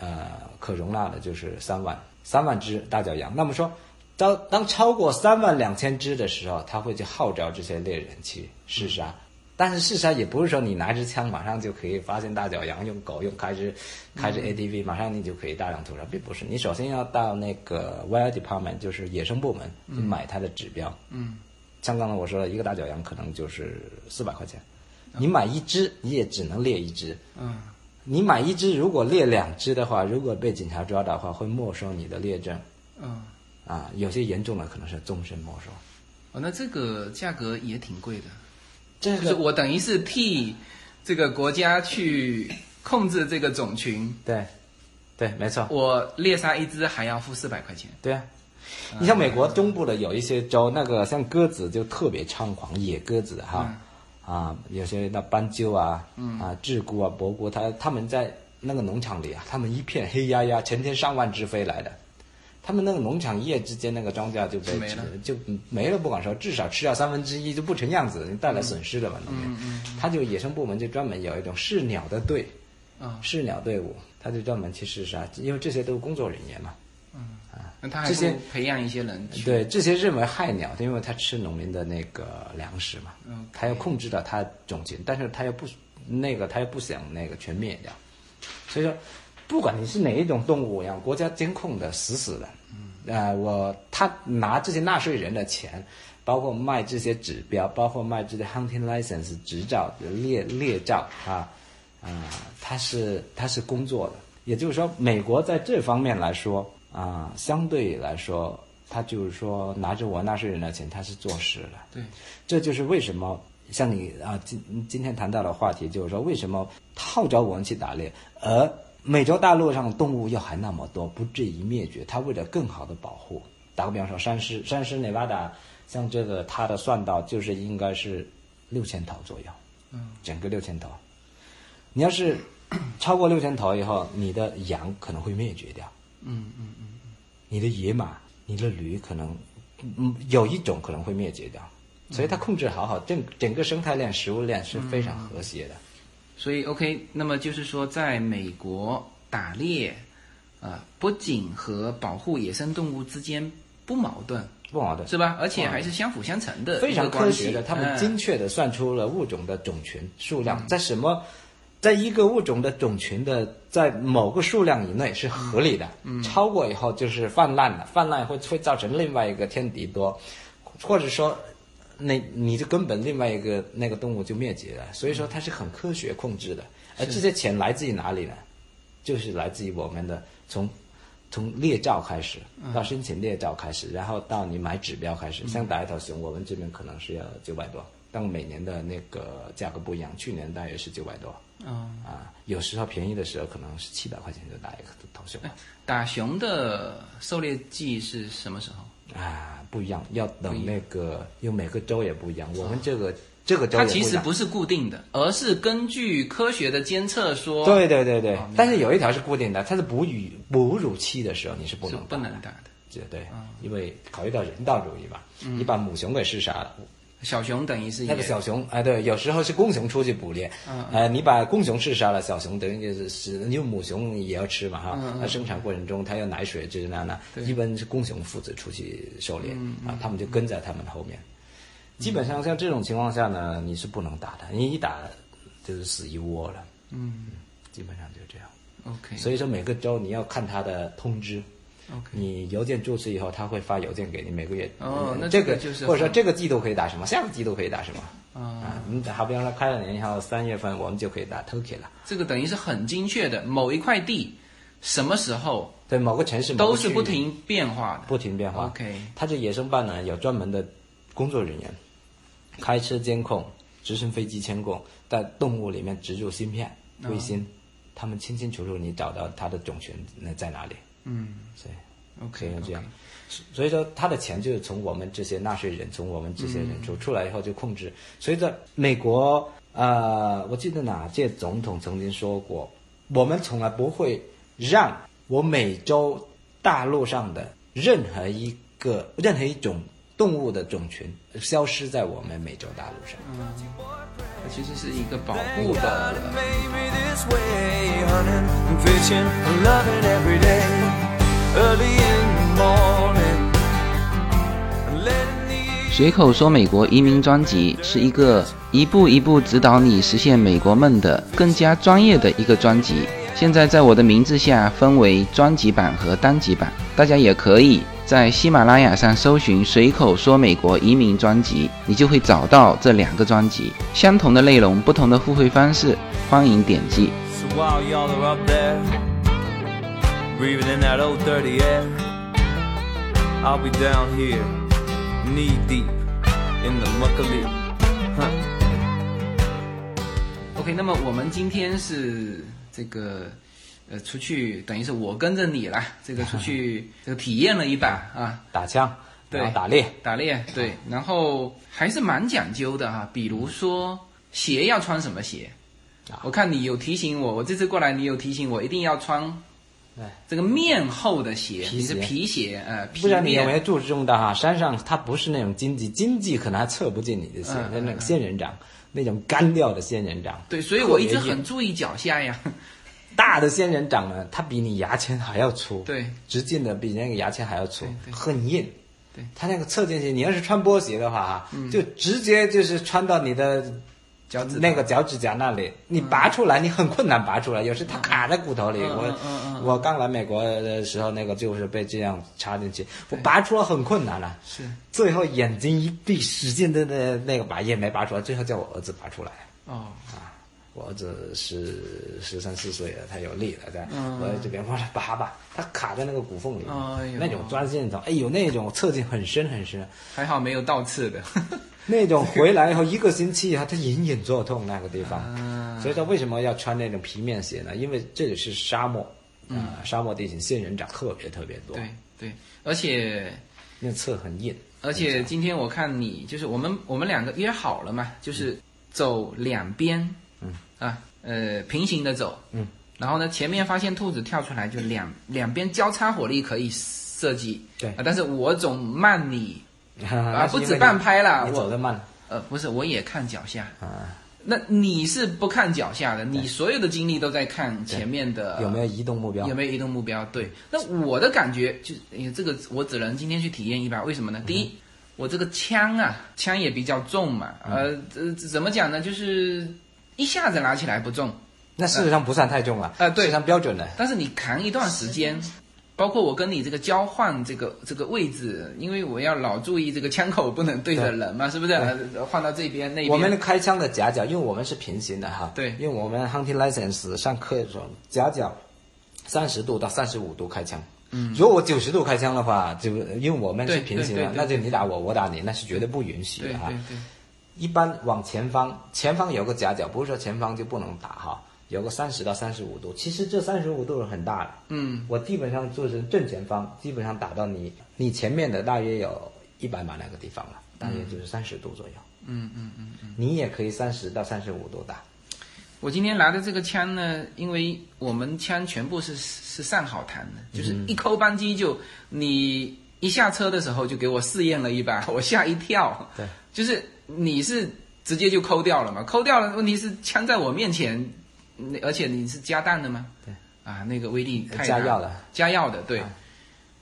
Speaker 3: 呃可容纳的就是三万三万只大角羊。那么说，当当超过三万两千只的时候，它会去号召这些猎人去厮杀。但是厮杀也不是说你拿支枪马上就可以发现大角羊，用狗用开支开支 ADV，、马上你就可以大量屠杀，并不是。你首先要到那个 Wild Department，就是野生部门，去买它的指标。像刚才我说的，一个大角羊可能就是四百块钱，你买一只，你也只能猎一只。
Speaker 2: 嗯。
Speaker 3: 你买一只，如果猎两只的话，如果被警察抓到的话，会没收你的猎证
Speaker 2: 嗯。
Speaker 3: 啊。有些严重的可能是终身没收。
Speaker 2: 哦，那这个价格也挺贵的，
Speaker 3: 这
Speaker 2: 就是我等于是替这个国家去控制这个种群，
Speaker 3: 对，对，没错，
Speaker 2: 我猎杀一只还要付四百块钱。
Speaker 3: 对啊。你像美国中部的有一些州，那个像鸽子就特别猖狂，野鸽子哈，啊，有些那斑鸠啊，啊，鹧鸪啊，博鸪，它他们在那个农场里啊，他们一片黑压压，成千上万只飞来的，他们那个农场一夜之间那个庄稼就被
Speaker 2: 就没了
Speaker 3: 就没了，不敢说，至少吃掉三分之一就不成样子，带来损失了嘛，农民。他就野生部门就专门有一种试鸟的队，
Speaker 2: 啊
Speaker 3: 试鸟队伍，他就专门去试杀，因为这些都是工作人员嘛。
Speaker 2: 那他还
Speaker 3: 这些
Speaker 2: 是培养一些人去。
Speaker 3: 对这些认为害鸟，因为它吃农民的那个粮食嘛，它要控制到它种群，但是它又不那个，它又不想那个全灭掉，所以说不管你是哪一种动物呀，国家监控的死死的。呃，我他拿这些纳税人的钱，包括卖这些指标，包括卖这些 hunting license 执照、猎猎照啊，啊、他是他是工作的。也就是说，美国在这方面来说啊、相对来说，他就是说拿着我纳税人的钱，他是做事了。
Speaker 2: 对，
Speaker 3: 这就是为什么像你啊今今天谈到的话题，就是说为什么号召我们去打猎，而美洲大陆上动物又还那么多，不至于灭绝，它为了更好的保护。打个比方说，山狮，山狮内巴达，像这个它的算到就是应该是六千头左右，嗯，整个六千头。你要是 超过六千头以后，你的羊可能会灭绝掉，
Speaker 2: 嗯嗯嗯，
Speaker 3: 你的野马、你的驴可能，嗯，有一种可能会灭绝掉，所以它控制好好，整整个生态链、食物链是非常和谐的。
Speaker 2: 所以 OK，那么就是说，在美国打猎，啊、不仅和保护野生动物之间不矛盾，
Speaker 3: 不矛盾，
Speaker 2: 是吧？而且还是相辅相成的，
Speaker 3: 嗯非常科学的，他
Speaker 2: 他
Speaker 3: 们精确的算出了物种的种群数量，在什么，在一个物种的种群的在某个数量以内是合理的，超过以后就是泛滥了，泛滥会会造成另外一个天敌多，或者说。那你就根本另外一个那个动物就灭绝了，所以说它是很科学控制的。而这些钱来自于哪里呢？就是来自于我们的从从猎照开始，
Speaker 2: 嗯
Speaker 3: 到申请猎照开始，然后到你买指标开始。像打一头熊，我们这边可能是要九百多，但每年的那个价格不一样，去年大约是九百多
Speaker 2: 哦
Speaker 3: 啊，有时候便宜的时候可能是七百块钱就打一个头熊
Speaker 2: 哎
Speaker 3: 了
Speaker 2: 打熊的狩猎季是什么时候？
Speaker 3: 啊，不一样，要等那个，因为每个州也不一样，我们这个这个州
Speaker 2: 啊它
Speaker 3: 也
Speaker 2: 其
Speaker 3: 一
Speaker 2: 实
Speaker 3: 样
Speaker 2: 不是固定的，而是根据科学的监测说，
Speaker 3: 对对对
Speaker 2: 哦
Speaker 3: 对，但是有一条是固定的，它是哺乳哺乳期的时候你是不
Speaker 2: 是
Speaker 3: 能
Speaker 2: 不
Speaker 3: 打
Speaker 2: 能
Speaker 3: 的
Speaker 2: 打的。
Speaker 3: 这对，因为考虑到人道主义嘛，你把母熊给射杀了，
Speaker 2: 小熊等于是
Speaker 3: 那个
Speaker 2: 也
Speaker 3: 小熊，哎，对，有时候是公熊出去捕猎，呃，你把公熊射杀了，小熊等于就是是，因为母熊也要吃嘛哈，它生产过程中它要奶水，这那那，一般是公熊父子出去狩猎啊，他们就跟在他们后面。基本上像这种情况下呢，你是不能打的，你一打就是死一窝了。嗯，基本上就这样。
Speaker 2: OK
Speaker 3: 所以说每个州你要看它的通知。
Speaker 2: 哎 OK，
Speaker 3: 你邮件注册以后，他会发邮件给你，每个月。
Speaker 2: 哦
Speaker 3: 嗯
Speaker 2: 那
Speaker 3: 这
Speaker 2: 这个就是
Speaker 3: 或者说
Speaker 2: 很
Speaker 3: 这个季度可以打什么，下个季度可以打什么。
Speaker 2: 啊
Speaker 3: 啊，你好比方说开了年以后，三月份我们就可以打 Turkey 了。
Speaker 2: 这个等于是很精确的，某一块地什么时候
Speaker 3: 对，某个城市
Speaker 2: 都是不
Speaker 3: 某个区域
Speaker 2: 停变化的。
Speaker 3: 不停变化。
Speaker 2: OK
Speaker 3: 它这野生办呢有专门的工作人员，开车监控，直升飞机监控，在动物里面植入芯片、
Speaker 2: 哦
Speaker 3: 卫星，他们清清楚楚你找到它的种群那在哪里。
Speaker 2: 嗯
Speaker 3: 所以所
Speaker 2: OK，
Speaker 3: 以这样。所以说，他的钱就是从我们这些纳税人，从我们这些
Speaker 2: 嗯
Speaker 3: 人出出来以后就控制。所以在美国，呃，我记得哪届总统曾经说过，我们从来不会让我美洲大陆上的任何一个任何一种动物的种群消失在我们美洲大陆上。
Speaker 2: 嗯它其实是一个保护
Speaker 1: Thank God
Speaker 2: 的
Speaker 1: it made me this way. Hunting and fishing and loving every day. Early in the morning. And letting the
Speaker 2: 随口说美国移民专辑是一个一步一步指导你实现美国梦的更加专业的一个专辑。现在在我的名字下分为专辑版和单集版，大家也可以在喜马拉雅上搜寻“随口说美国移民专辑”，你就会找到这两个专辑。相同的内容，不同的付费方式，欢迎点击。
Speaker 1: So while y'all are up there, breathing in that old dirty air, I'll be down here, knee deep in the muckily. Huh.
Speaker 2: OK，那么我们今天是这个呃出去，等于是我跟着你啦，这个出 去这个体验了一把啊，
Speaker 3: 打枪，
Speaker 2: 对
Speaker 3: 然后打猎，
Speaker 2: 打猎，对，然后还是蛮讲究的哈、比如说鞋要穿什么鞋
Speaker 3: 啊，
Speaker 2: 我看你有提醒我，我这次过来你有提醒我一定要穿
Speaker 3: 哎
Speaker 2: 这个面厚的鞋，
Speaker 3: 皮
Speaker 2: 你是
Speaker 3: 鞋
Speaker 2: 皮鞋，呃，皮
Speaker 3: 不知道你有没有
Speaker 2: 面，
Speaker 3: 注重到哈，山上它不是那种荆棘，荆棘可能还测不进你
Speaker 2: 嗯
Speaker 3: 的鞋，它、那种仙人掌，那种干掉的仙人掌，
Speaker 2: 对，所以我一直
Speaker 3: 特别硬
Speaker 2: 很注意脚下 呀，
Speaker 3: 大的仙人掌呢，它比你牙签还要粗，
Speaker 2: 对，
Speaker 3: 直径的比那个牙签还要粗
Speaker 2: 对，对
Speaker 3: 很硬。
Speaker 2: 对嗯
Speaker 3: 它那个侧进去，你要是穿波鞋的话，就直接就是穿到你的
Speaker 2: 脚趾头嗯
Speaker 3: 那个脚趾甲那里，你拔出来你很困难拔出来，有时它卡在骨头
Speaker 2: 嗯
Speaker 3: 里。我、我刚来美国的时候，那个就是被这样插进去，我拔出来很困难了。
Speaker 2: 是
Speaker 3: 最后眼睛一闭，使劲的那那个拔也没拔出来，最后叫我儿子拔出来。啊
Speaker 2: 哦，
Speaker 3: 我儿子十十三四岁了，他有力了，对，我在这边我说拔吧，他卡在那个骨缝里，
Speaker 2: 嗯哎呦
Speaker 3: 那种钻线头，哎呦，那种侧进很深很深，啊
Speaker 2: 还好没有倒刺的。
Speaker 3: 那种回来以后一个星期啊，他隐隐作痛那个地方。
Speaker 2: 啊
Speaker 3: 所以说为什么要穿那种皮面鞋呢？因为这里是沙漠，啊、沙漠地形仙人掌特别特别多，
Speaker 2: 嗯对对，而且
Speaker 3: 那侧很硬。
Speaker 2: 而且今天我看你就是我们我们两个约好了
Speaker 3: 嗯
Speaker 2: 嘛，就是走两边，嗯啊呃平行的走，嗯，然后呢前面发现兔子跳出来，就两两边交叉火力可以射击，
Speaker 3: 对
Speaker 2: 啊，但是我总慢你，
Speaker 3: 啊
Speaker 2: 不止半拍啦
Speaker 3: 你
Speaker 2: 我
Speaker 3: 走得慢
Speaker 2: 呃不是我也看脚下，
Speaker 3: 啊，
Speaker 2: 那你是不看脚下的，你所有的精力都在看前面的
Speaker 3: 有没有移动目标？
Speaker 2: 有没有移动目标？对，那我的感觉就，哎，这个我只能今天去体验一把，为什
Speaker 3: 嗯
Speaker 2: 么呢？第一，我这个枪啊，枪也比较重嘛，
Speaker 3: 嗯
Speaker 2: 呃，这这怎么讲呢？就是一下子拿起来不重，
Speaker 3: 那事实上不算太重了，
Speaker 2: 啊对
Speaker 3: 非常标准的。
Speaker 2: 但是你扛一段时间，包括我跟你这个交换这个这个位置，因为我要老注意这个枪口不能对着人嘛，是不是？呃换到这边那边，
Speaker 3: 我们的开枪的夹角，因为我们是平行的哈，
Speaker 2: 对
Speaker 3: 因为我们 hunting license 上课的时候，夹角三十度到三十五度开枪。嗯，如果我九十度开枪的话，就因为我们是
Speaker 2: 对
Speaker 3: 平行的
Speaker 2: 对对，对
Speaker 3: 那就你打我，我打你，那是绝对不允许
Speaker 2: 对
Speaker 3: 的哈
Speaker 2: 对。对，
Speaker 3: 一般往前方，前方有个夹角，不是说前方就不能打哈，有个三十到三十五度，其实这三十五度是很大的。
Speaker 2: 嗯，
Speaker 3: 我基本上就是正前方，基本上打到你你前面的大约有一百码那个地方了，大约就是三十度左右。
Speaker 2: 嗯嗯嗯。
Speaker 3: 你也可以三十到三十五度打。
Speaker 2: 我今天拿的这个枪呢，因为我们枪全部是是上好弹的，就是
Speaker 3: 嗯
Speaker 2: 一扣扳机就你一下车的时候就给我试验了一把， 我吓一跳。
Speaker 3: 对，
Speaker 2: 就是你是直接就抠掉了嘛？抠掉了，问题是枪在我面前，那而且你是加弹的吗？
Speaker 3: 对，
Speaker 2: 啊，那个威力太大
Speaker 3: 加药了，啊
Speaker 2: 加药的对。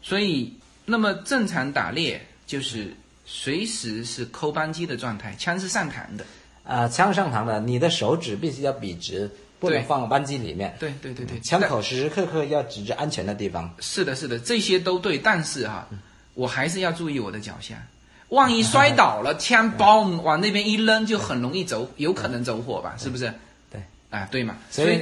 Speaker 2: 所以，那么正常打猎就是随时是抠扳机的状态，枪是上弹的。
Speaker 3: 啊，枪上膛的，你的手指必须要笔直，不能
Speaker 2: 对
Speaker 3: 放扳机里面。
Speaker 2: 对对对对，
Speaker 3: 枪
Speaker 2: 但
Speaker 3: 口时时刻刻要指着安全的地方。
Speaker 2: 是的，是的，这些都对，但是哈、我还是要注意我的脚下，万一摔倒了，枪嘣往那边一扔，就很容易走，有可能走火吧，是不是？
Speaker 3: 嗯对，
Speaker 2: 啊，对嘛，
Speaker 3: 所以，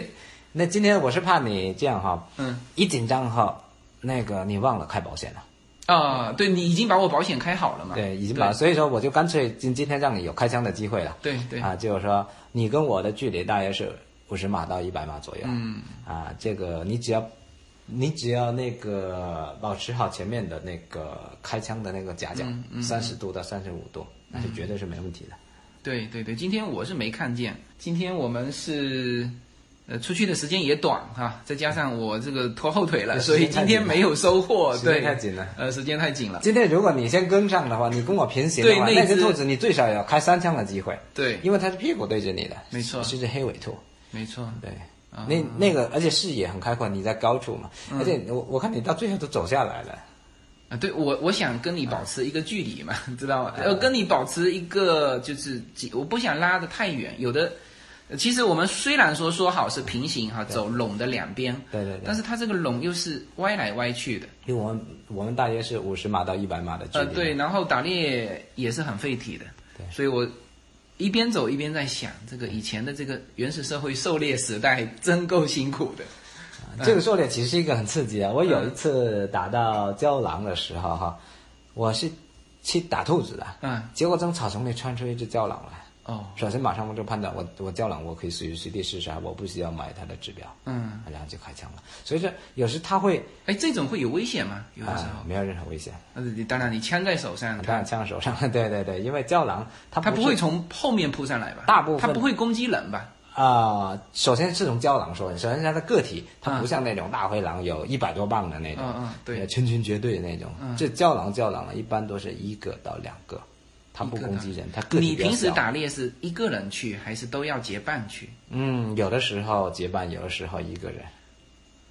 Speaker 3: 那今天我是怕你这样哈，
Speaker 2: 嗯，
Speaker 3: 一紧张哈，那个你忘了开保险了。
Speaker 2: 啊、对你已经把我保险开好了嘛？
Speaker 3: 对，已经把，
Speaker 2: 对
Speaker 3: 所以说我就干脆今今天让你有开枪的机会了。
Speaker 2: 对对
Speaker 3: 啊，就是说你跟我的距离大约是五十码到一百码左右。嗯，啊，这个你只要你只要那个保持好前面的那个开枪的那个夹角，
Speaker 2: 嗯
Speaker 3: 三十、度到三十五度，那是绝对是没问题的。
Speaker 2: 对对对，今天我是没看见，今天我们是。呃，出去的时间也短哈，再加上我这个拖后腿了，
Speaker 3: 时
Speaker 2: 所以
Speaker 3: 间太
Speaker 2: 今天
Speaker 3: 紧了
Speaker 2: 没有收获。
Speaker 3: 时间
Speaker 2: 对，
Speaker 3: 太紧了
Speaker 2: 呃，时间太紧了。
Speaker 3: 今天如果你先跟上的话，你跟我平行的话，
Speaker 2: 对那
Speaker 3: 那只
Speaker 2: 只
Speaker 3: 兔子你最少有开三枪的机会，
Speaker 2: 对，
Speaker 3: 因为它是屁股对着你的，
Speaker 2: 没错嗯啊
Speaker 3: 是只黑尾兔。
Speaker 2: 没错。
Speaker 3: 对，那那个而且视野很开阔，你在高处嘛，
Speaker 2: 嗯
Speaker 3: 而且我我看你到最后都走下来了。
Speaker 2: 啊，对我我想跟你保持一个距离嘛， 知道吗？
Speaker 3: 啊
Speaker 2: 呃，跟你保持一个就是几，我不想拉得太远。有的，呃其实我们虽然说说好是平行哈，走拢的两边，
Speaker 3: 对对对
Speaker 2: 但是它这个拢又是歪来歪去的，
Speaker 3: 因为我们我们大约是五十码到一百码的距
Speaker 2: 呃，
Speaker 3: 离。
Speaker 2: 对，，然后打猎也是很费体的，所以我一边走一边在想，这个以前的这个原始社会狩猎时代 真够辛苦的，
Speaker 3: 这个狩猎其实是一个很刺激
Speaker 2: 嗯
Speaker 3: 的。我有一次打到郊狼的时候哈，我是去打兔子的，
Speaker 2: 嗯，
Speaker 3: 结果从草丛里窜出一只郊狼来。
Speaker 2: 哦，
Speaker 3: 首先马上我就判断我我郊狼我可以随时随地射杀，我不需要买它的指标，
Speaker 2: 嗯，
Speaker 3: 然后就开枪了。所以说有时它会
Speaker 2: 哎，这种会有危险吗？有的时
Speaker 3: 啊、
Speaker 2: 候，
Speaker 3: 没有任何危险，
Speaker 2: 呃，当然你枪在手上，
Speaker 3: 当然枪手上， 对对对，因为郊狼它
Speaker 2: 它
Speaker 3: 不
Speaker 2: 不
Speaker 3: 是
Speaker 2: 会从后面扑上来吧？
Speaker 3: 大部分
Speaker 2: 它不会攻击人吧？
Speaker 3: 啊、首先是从胶囊说，首先它的个体，它
Speaker 2: 嗯
Speaker 3: 不像那种大灰狼有一百多磅的那种，
Speaker 2: 嗯嗯对嗯
Speaker 3: 呃成群结队的那种。这胶囊胶啊囊一般都是一个到两个，它不攻击人，它个体
Speaker 2: 你
Speaker 3: 比较
Speaker 2: 平时
Speaker 3: 小
Speaker 2: 打猎是一个人去，还是都要结伴去？
Speaker 3: 嗯，有的时候结伴，有的时候一个人。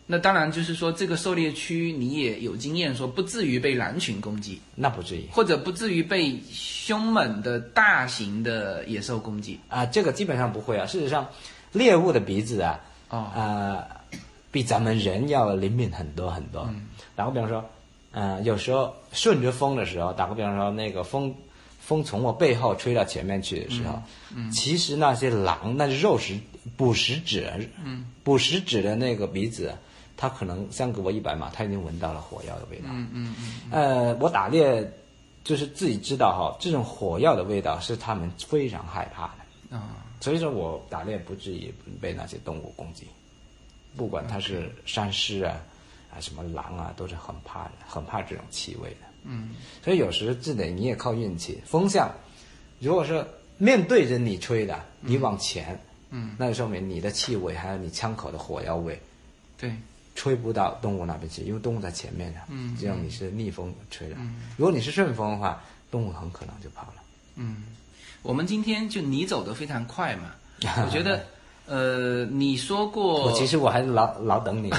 Speaker 2: 那当然就是说，这个狩猎区你也有经验，说不至于被狼群攻击，
Speaker 3: 那不至于
Speaker 2: 或者不至于被凶猛的大型的野兽攻击。
Speaker 3: 啊，这个基本上不会啊。事实上，猎物的鼻子啊，
Speaker 2: 哦
Speaker 3: 呃，比咱们人要灵敏很多很多。打个比方说，嗯、有时候顺着风的时候，打个比方说，那个风风从我背后吹到前面去的时候，
Speaker 2: 嗯
Speaker 3: 其实那些狼那是肉食捕食者，嗯，捕食者的那个鼻子，它可能相隔我一百码，它已经闻到了火药的味道。
Speaker 2: 嗯嗯嗯，
Speaker 3: 呃，我打猎就是自己知道哈，这种火药的味道是他们非常害怕的。
Speaker 2: 啊、
Speaker 3: 所以说我打猎不至于被那些动物攻击，不管它是山狮啊，啊什么狼啊，都是很怕的，很怕这种气味的。
Speaker 2: 嗯，
Speaker 3: 所以有时这得你也靠运气。风向，如果说面对着你吹的，你往前，
Speaker 2: 嗯，
Speaker 3: 那就说明你的气味还有你枪口的火药味
Speaker 2: 对，
Speaker 3: 吹不到动物那边去，因为动物在前面啊。
Speaker 2: 嗯
Speaker 3: 只有你是逆风吹的，如果你是顺风的话，动物很可能就跑了。
Speaker 2: 嗯，我们今天就你走得非常快 嘛，我觉得，呃，你说过，
Speaker 3: 我其实我还老老等你。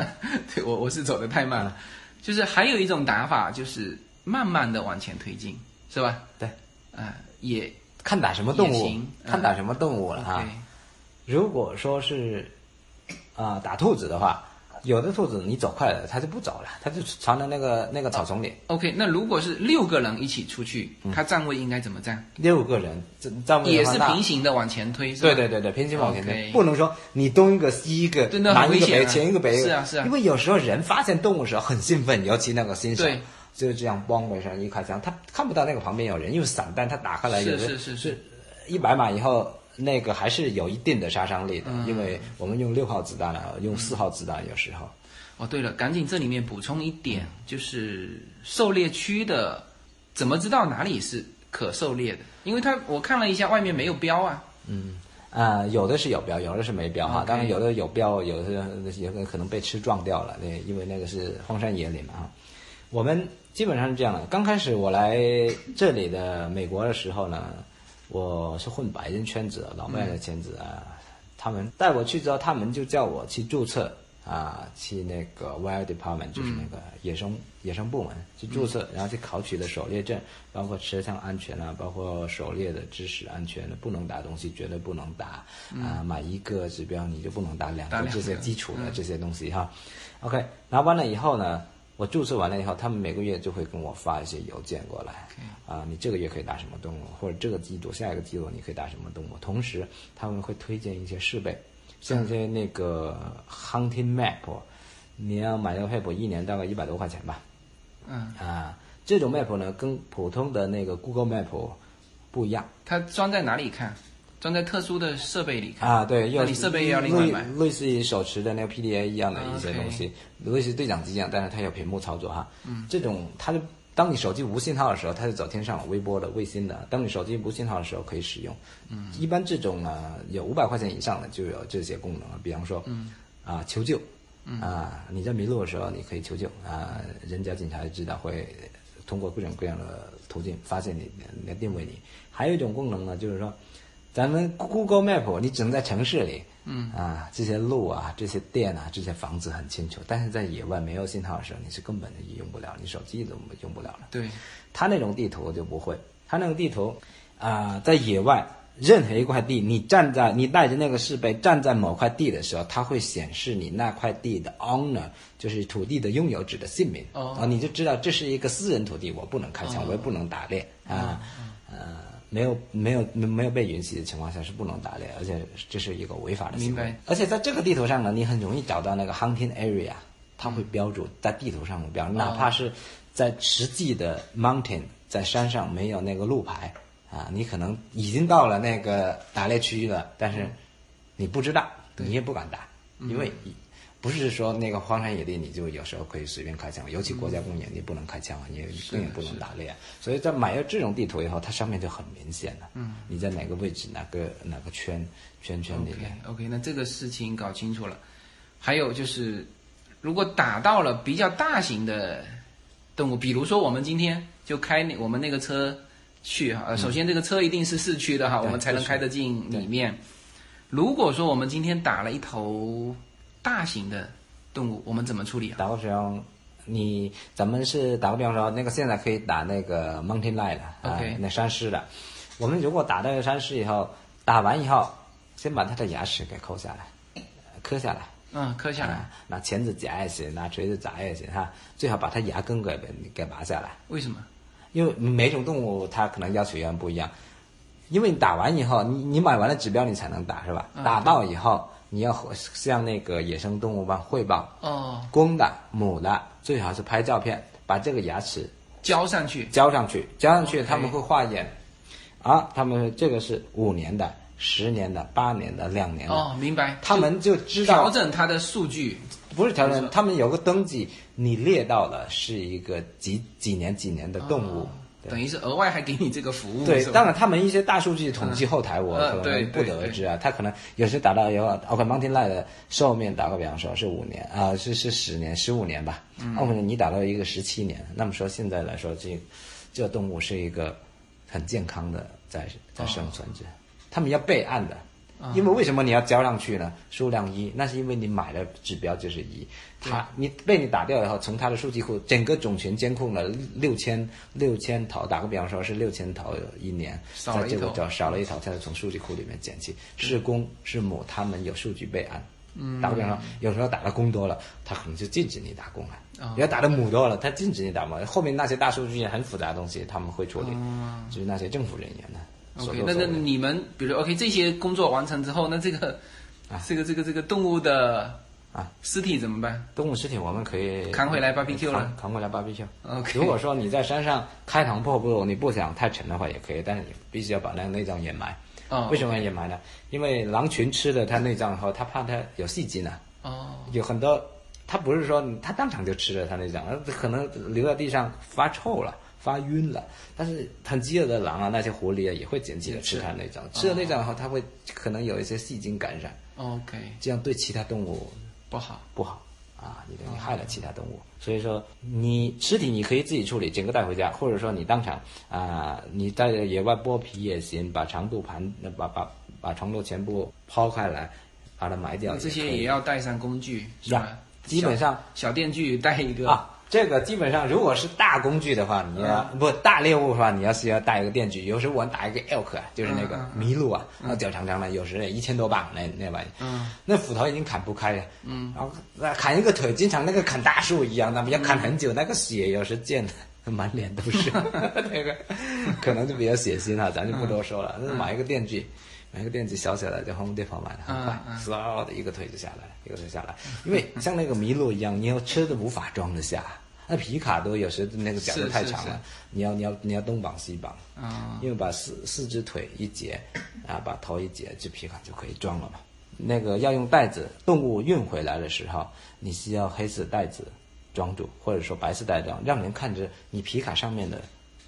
Speaker 2: 对我我是走得太慢了，就是还有一种打法就是慢慢的往前推进，是吧？
Speaker 3: 对，
Speaker 2: 啊、也
Speaker 3: 看打什么动
Speaker 2: 也
Speaker 3: 物
Speaker 2: 行，嗯
Speaker 3: 看打什么动物了啊
Speaker 2: OK，。
Speaker 3: 如果说是啊、打兔子的话，有的兔子你走快了，它就不走了，它就藏在那个那个草丛里。
Speaker 2: OK，那如果是六个人一起出去，他站位应该怎么站？
Speaker 3: 六个人这嗯站位
Speaker 2: 也
Speaker 3: 的话
Speaker 2: 是
Speaker 3: 那
Speaker 2: 平行的往前推，是吧
Speaker 3: 对对对对，平行往前推
Speaker 2: OK
Speaker 3: 不能说你东一个西一个，
Speaker 2: 对那很
Speaker 3: 南一
Speaker 2: 危
Speaker 3: 个
Speaker 2: 险
Speaker 3: 北，
Speaker 2: 啊
Speaker 3: 前一个北，
Speaker 2: 是啊是啊
Speaker 3: 因为有时候人发现动物的时候很兴奋，尤其那个新手
Speaker 2: 对，
Speaker 3: 就是这样咣的一声一开枪，他看不到那个旁边有人，因为散弹他打开来，
Speaker 2: 是
Speaker 3: 有时
Speaker 2: 是是是
Speaker 3: 是一百码以后。那个还是有一定的杀伤力的，因为我们用六号子弹了，用四号子弹有时候，
Speaker 2: 哦，对了，赶紧这里面补充一点，
Speaker 3: 嗯
Speaker 2: 就是狩猎区的怎么知道哪里是可狩猎的？因为它我看了一下，外面没有标啊。
Speaker 3: 啊，有的是有标，有的是没标哈。
Speaker 2: OK
Speaker 3: 当然，有的有标，有的是有的可能被吃撞掉了，那因为那个是荒山野岭嘛哈。我们基本上是这样的。刚开始我来这里的美国的时候呢，我是混白人圈子，老外的圈子啊。他们带我去之后，他们就叫我去注册啊，去那个 Wild Department，就是
Speaker 2: 嗯
Speaker 3: 那个野生、野生部门去注册，然后去考取的狩猎证，包括吃相安全啊，包括狩猎的知识安全，不能打东西，绝对不能打、啊，买一个指标你就不能打两
Speaker 2: 嗯打
Speaker 3: 个
Speaker 2: 两
Speaker 3: 这些
Speaker 2: 个
Speaker 3: 基础的这些东西哈。OK，拿完了以后呢，我注册完了以后，他们每个月就会跟我发一些邮件过来，啊、你这个月可以打什么动物，或者这个季度、下一个季度你可以打什么动物。同时，他们会推荐一些设备，像一些那个 hunting map，你要买那个 map，一年大概一百多块钱吧。
Speaker 2: 嗯，
Speaker 3: 啊，这种 map 呢，跟普通的那个 Google map 不一样。
Speaker 2: 它装在哪里看？装在特殊的设备里看
Speaker 3: 啊，对，
Speaker 2: 那
Speaker 3: 要
Speaker 2: 你设备也要另外买。啊
Speaker 3: 类类似于手持的那个 PDA 一样的一些
Speaker 2: OK
Speaker 3: 东西，类似于对讲机一样，但是它有屏幕操作哈。嗯，这种它就当你手机无信号的时候，它就走天上有微波的、卫星的；当你手机无信号的时候，可以使用。嗯，一般这种呢，有五百块钱以上的就有这些功能了，比方说，嗯，啊，求救。
Speaker 2: 嗯
Speaker 3: 啊，你在迷路的时候，你可以求救啊，人家警察知道会通过各种各样的途径发现你，来定位你。还有一种功能呢，就是说，咱们 Google Map 你只能在城市里，嗯啊，这些路啊、这些店啊、这些房子很清楚，但是在野外没有信号的时候，你是根本就用不了，你手机都用不了了。
Speaker 2: 对，
Speaker 3: 他那种地图就不会，他那种地图啊、在野外任何一块地，你站在你带着那个设备站在某块地的时候，它会显示你那块地的 owner，就是土地的拥有者的姓名，
Speaker 2: 哦
Speaker 3: 啊，你就知道这是一个私人土地，我不能开枪，我也不能打猎啊，
Speaker 2: 哦
Speaker 3: 呃，没有没有没有被允许的情况下是不能打猎，而且这是一个违法的行为
Speaker 2: 明白。
Speaker 3: 而且在这个地图上呢，你很容易找到那个 hunting area，它会标注在地图上会标，哪怕是在实际的 mountain 在山上没有那个路牌啊，你可能已经到了那个打猎区域了，但是你不知道，你也不敢打，因为不是说那个荒山野地你就有时候可以随便开枪，尤其国家公园你不能开枪，啊你也更也不能打猎，啊所以在买了这种地图以后，它上面就很明显了，嗯，你在哪个位置，哪个哪个圈圈圈里
Speaker 2: OK
Speaker 3: 面。
Speaker 2: OK，那这个事情搞清楚了。还有就是，如果打到了比较大型的动物，比如说我们今天就开那我们那个车去哈，呃首先这个车一定是市区的哈，
Speaker 3: 嗯对
Speaker 2: 我们才能
Speaker 3: 是
Speaker 2: 开得进里面。如果说我们今天打了一头大型的动物，我们怎么处理啊？
Speaker 3: 打个比方，你咱们是打个比方说，那个现在可以打那个 mountain lion 了啊
Speaker 2: OK
Speaker 3: 那山狮了。我们如果打那个山狮以后，打完以后，先把它的牙齿给抠下来，磕下来。
Speaker 2: 嗯，磕下来
Speaker 3: 啊，，拿钳子夹也行，拿锤子砸也行哈，最好把它牙根给给拔下来，
Speaker 2: 为什么？
Speaker 3: 因为每种动物它可能要求原不一样。因为你打完以后，你你买完了指标你才能打是吧？
Speaker 2: 嗯
Speaker 3: 打到以后，你要和向那个野生动物办汇报，
Speaker 2: 哦，
Speaker 3: 公的、母的，最好是拍照片，把这个牙齿
Speaker 2: 交上去，
Speaker 3: 交上去，交上去
Speaker 2: OK
Speaker 3: 他们会化验，啊，他们这个是五年的、十年的、八年的、两年的，
Speaker 2: 哦，明白。
Speaker 3: 他们就知
Speaker 2: 调
Speaker 3: 道
Speaker 2: 整它的数据，
Speaker 3: 不是调整，他们有个登记，你列到了是一个几几年几年的动物。
Speaker 2: 哦
Speaker 3: 对
Speaker 2: 等于是额外还给你这个服务。
Speaker 3: 对
Speaker 2: 是，吧
Speaker 3: 当然他们一些大数据统计后台，我
Speaker 2: 嗯
Speaker 3: 可
Speaker 2: 对
Speaker 3: 能不
Speaker 2: 对
Speaker 3: 得而
Speaker 2: 对
Speaker 3: 知啊。他可能有时打到以后，OK Mountain Lion 的寿命打个比方说是五年啊、是是十年、十五年吧。
Speaker 2: 嗯
Speaker 3: 那么你打到一个十七年，那么说现在来说，这这动物是一个很健康的在在生存
Speaker 2: 哦
Speaker 3: 着，他们要备案的。
Speaker 2: 啊
Speaker 3: 因为为什么你要交上去呢？数量一，那是因为你买的指标就是一，它你被你打掉以后，从它的数据库整个种群监控了六千六千头，打个比方说是六千头一年，
Speaker 2: 少
Speaker 3: 在
Speaker 2: 了一
Speaker 3: 这个
Speaker 2: 头
Speaker 3: 叫少了一头，它是从数据库里面捡起，是公是母，他们有数据备案。
Speaker 2: 嗯
Speaker 3: 打个比方说，有时候打了公多了，它可能就禁止你打公了；
Speaker 2: 哦
Speaker 3: 要打的母多了，它禁止你打母。后面那些大数据很复杂的东西，他们会处理，就是那些政府人员呢。所
Speaker 2: 啊 OK，
Speaker 3: 作
Speaker 2: 那
Speaker 3: 所
Speaker 2: 那
Speaker 3: 为
Speaker 2: 你们比如说 OK 这些工作完成之后，那这个、这个这个这个动物的
Speaker 3: 啊
Speaker 2: 尸体怎么办？
Speaker 3: 动物尸体我们可以
Speaker 2: 扛回来 barbecue 了
Speaker 3: 扛扛回来 barbecue。
Speaker 2: OK
Speaker 3: 如果说你在山上开膛破肚，你不想太沉的话也可以，但是你必须要把那个内脏掩埋。
Speaker 2: 哦
Speaker 3: 为什么要掩埋呢？因为狼群吃了它内脏后，它怕它有细菌啊呢。
Speaker 2: 哦，
Speaker 3: 有很多，它不是说你它当场就吃了它内脏，它可能留在地上发臭了。发晕了，但是很饥饿的狼啊，那些狐狸啊也会捡起来吃它内脏，
Speaker 2: 哦
Speaker 3: 吃了内脏后，它会可能有一些细菌感染，
Speaker 2: OK
Speaker 3: 这样对其他动物
Speaker 2: 不好。
Speaker 3: 不好啊，你等于害了其他动物。所以说，你尸体你可以自己处理，整个带回家，或者说你当场啊、你在野外剥皮也行，把长肚盘把把把长肚全部抛开来，把它埋掉
Speaker 2: 哦那这些
Speaker 3: 可以
Speaker 2: 也要带上工具是
Speaker 3: 呀
Speaker 2: 吧？
Speaker 3: 基本上
Speaker 2: 小小电锯带一个
Speaker 3: 啊。这个基本上，如果是大工具的话，你要、
Speaker 2: 嗯
Speaker 3: 不大猎物的话，你要是要带一个电锯。有时候我打一个 elk，啊，就是
Speaker 2: 嗯
Speaker 3: 那个麋鹿啊，那、脚长长的，有时也一千多磅那那玩意，嗯，那斧头已经砍不开了，嗯，然后那砍一个腿，经常那个砍大树一样，那么要砍很久，
Speaker 2: 嗯
Speaker 3: 那个血有时溅的。 满脸都 是，那个可能就比较血腥了，啊咱就不多
Speaker 2: 嗯
Speaker 3: 说了。那买一个电锯，买一个电锯小小的，在 Home Depot 买的，很快
Speaker 2: 嗯，嗯
Speaker 3: 嗖的一个腿就下来了，一个腿下来，因为像那个麋鹿一样，你要车都无法装得下，那皮卡都有时那个角度
Speaker 2: 是
Speaker 3: 太
Speaker 2: 是
Speaker 3: 长
Speaker 2: 是
Speaker 3: 了，你要你要你要东绑西绑，
Speaker 2: 啊、
Speaker 3: 因为把四四只腿一截，啊，把头一截，这皮卡就可以装了嘛。那个要用袋子，动物运回来的时候，你需要黑色袋子装住，或者说白色袋装，让人看着你皮卡上面的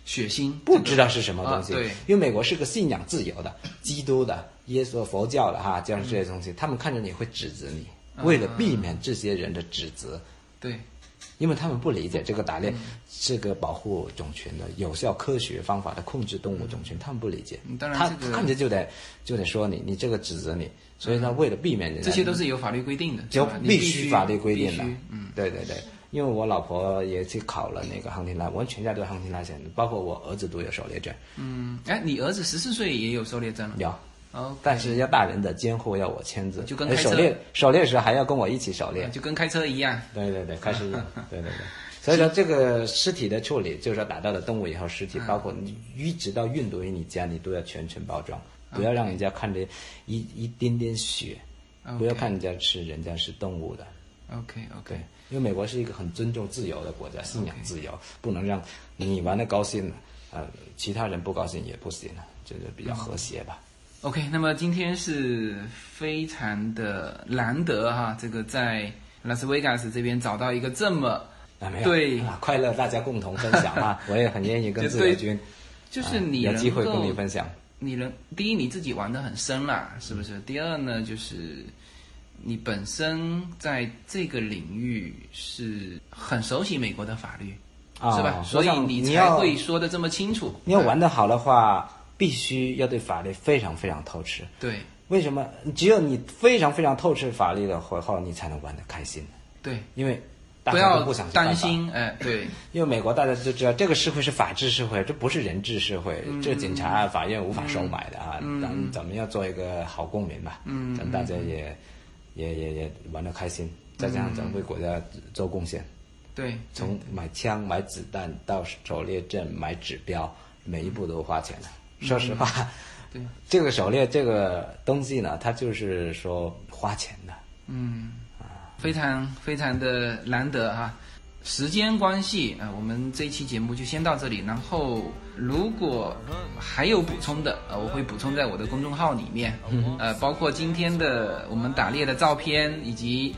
Speaker 2: 血腥，
Speaker 3: 不知道是什么东西。
Speaker 2: 啊对
Speaker 3: 因为美国是个信仰自由的，基督的、耶稣、佛教的哈，就是这些东西，他们看着你会指责你。
Speaker 2: 嗯
Speaker 3: 为了避免这些人的指责，
Speaker 2: 对，
Speaker 3: 因为他们不理解这个打猎、
Speaker 2: 嗯
Speaker 3: 这个保护种群的有效科学方法的控制动物种群，他们不理解。
Speaker 2: 嗯当然
Speaker 3: 他
Speaker 2: 这个
Speaker 3: 他看着就得就得说你，你这个指责你，所以他为了避免人
Speaker 2: 嗯
Speaker 3: 家
Speaker 2: 这些都是有法律规定的，
Speaker 3: 就是
Speaker 2: 吧你
Speaker 3: 必
Speaker 2: 须
Speaker 3: 须法律规定的
Speaker 2: 必须。嗯，
Speaker 3: 对对对，因为我老婆也去考了那个航天拉，我们全家都是航天拉险，包括我儿子都有狩猎证，
Speaker 2: 嗯，哎，你儿子十四岁也有狩猎证了
Speaker 3: 有。
Speaker 2: 哦，
Speaker 3: 但是要大人的监护要我签字，
Speaker 2: 就跟
Speaker 3: 哎
Speaker 2: 开车
Speaker 3: 狩猎狩猎时还要跟我一起狩猎，
Speaker 2: 就跟开车一样。
Speaker 3: 对对对，开始 对对对。所以说，这个尸体的处理，就是说打到了动物以后，尸
Speaker 2: 嗯
Speaker 3: 体包括你一直到运回你家，你都要全程包装，
Speaker 2: 嗯
Speaker 3: 不要让人家看着一一点点血，不要看人家吃人家是动物的。
Speaker 2: OK OK，
Speaker 3: 对，因为美国是一个很尊重自由的国家，信仰自由，不能让你玩的高兴，呃，其他人不高兴也不行，这就比较和谐吧。
Speaker 2: 嗯 OK，那么今天是非常的难得哈，这个在拉斯维加斯这边找到一个这么
Speaker 3: 啊，没有，
Speaker 2: 对
Speaker 3: 啊，快乐大家共同分 享啊！我也很愿意跟
Speaker 2: 就
Speaker 3: 自由
Speaker 2: 对
Speaker 3: 军，
Speaker 2: 就是
Speaker 3: 啊
Speaker 2: 你
Speaker 3: 有
Speaker 2: 能
Speaker 3: 机会
Speaker 2: 够
Speaker 3: 跟你分享。
Speaker 2: 你能第一你自己玩的很深啦，是不
Speaker 3: 嗯
Speaker 2: 是？第二呢，就是你本身在这个领域是很熟悉美国的法律，
Speaker 3: 啊
Speaker 2: 是吧？
Speaker 3: 我
Speaker 2: 所以
Speaker 3: 想
Speaker 2: 你
Speaker 3: 你
Speaker 2: 才
Speaker 3: 要
Speaker 2: 会说的这么清楚。
Speaker 3: 你要玩得好的话，必须要对法律非常非常透彻。
Speaker 2: 对
Speaker 3: 为什么？只有你非常非常透彻法律的话，后你才能玩得开心。
Speaker 2: 对，
Speaker 3: 因为大
Speaker 2: 不
Speaker 3: 家都
Speaker 2: 要
Speaker 3: 不想去犯
Speaker 2: 担
Speaker 3: 法
Speaker 2: 心，哎，对，
Speaker 3: 因为美国大家都知道，这个社会是法治社会，这不是人治社会，
Speaker 2: 嗯
Speaker 3: 这警察、啊、法院无法收买的啊。咱们咱们要做一个好公民吧，
Speaker 2: 嗯
Speaker 3: 咱们大家也、也也也玩得开心，再加上咱们为国家做贡献，
Speaker 2: 对，
Speaker 3: 从买枪、买子弹到狩猎证、买指标，每一步都花钱的。说实话，
Speaker 2: 嗯对，
Speaker 3: 这个狩猎这个东西呢，它就是说花钱的。
Speaker 2: 非常非常的难得啊。时间关系啊、呃我们这一期节目就先到这里。然后如果还有补充的，呃，我会补充在我的公众号里面，呃，包括今天的我们打猎的照片，以及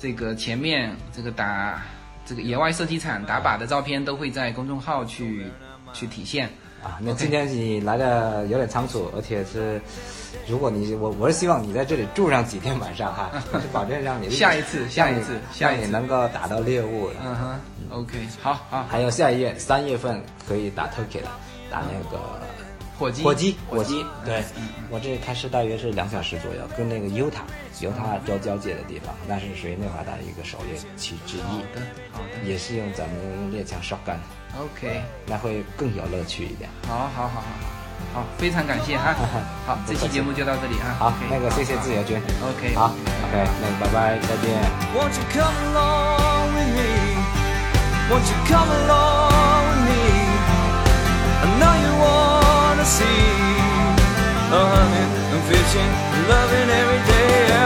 Speaker 2: 这个前面这个打这个野外射击场打靶的照片，都会在公众号去去体现。
Speaker 3: 啊，那今天你来的有点仓促，而且是，如果你我我是希望你在这里住上几天晚 上哈，是保证让你
Speaker 2: 下一次下一次
Speaker 3: 让你
Speaker 2: 下一次
Speaker 3: 让你能够打到猎物了。
Speaker 2: 嗯哼，OK，好好，
Speaker 3: 还有下一页三月份可以打 turkey 了，打那个
Speaker 2: 火鸡
Speaker 3: 火鸡
Speaker 2: 火鸡，嗯
Speaker 3: 对，我这开车大约是两小时左右，跟那个犹他犹他州交界的地方，那是属于内华达一个狩猎区之
Speaker 2: 好
Speaker 3: 一，
Speaker 2: 的好的
Speaker 3: 也是用咱们用猎枪 shotgun，
Speaker 2: ，OK。
Speaker 3: 那会更有乐趣一点。
Speaker 2: 好好好好好，好，非常感谢哈。好，这期节目就到这里啊。
Speaker 3: 好
Speaker 2: OK，，
Speaker 3: 那个谢谢自由军。
Speaker 2: OK，
Speaker 3: 好，OK，那个拜拜，再见。
Speaker 1: Won't you come along with me? Won't you come along with me? I know you wanna see a hunting and fishing and loving every day. I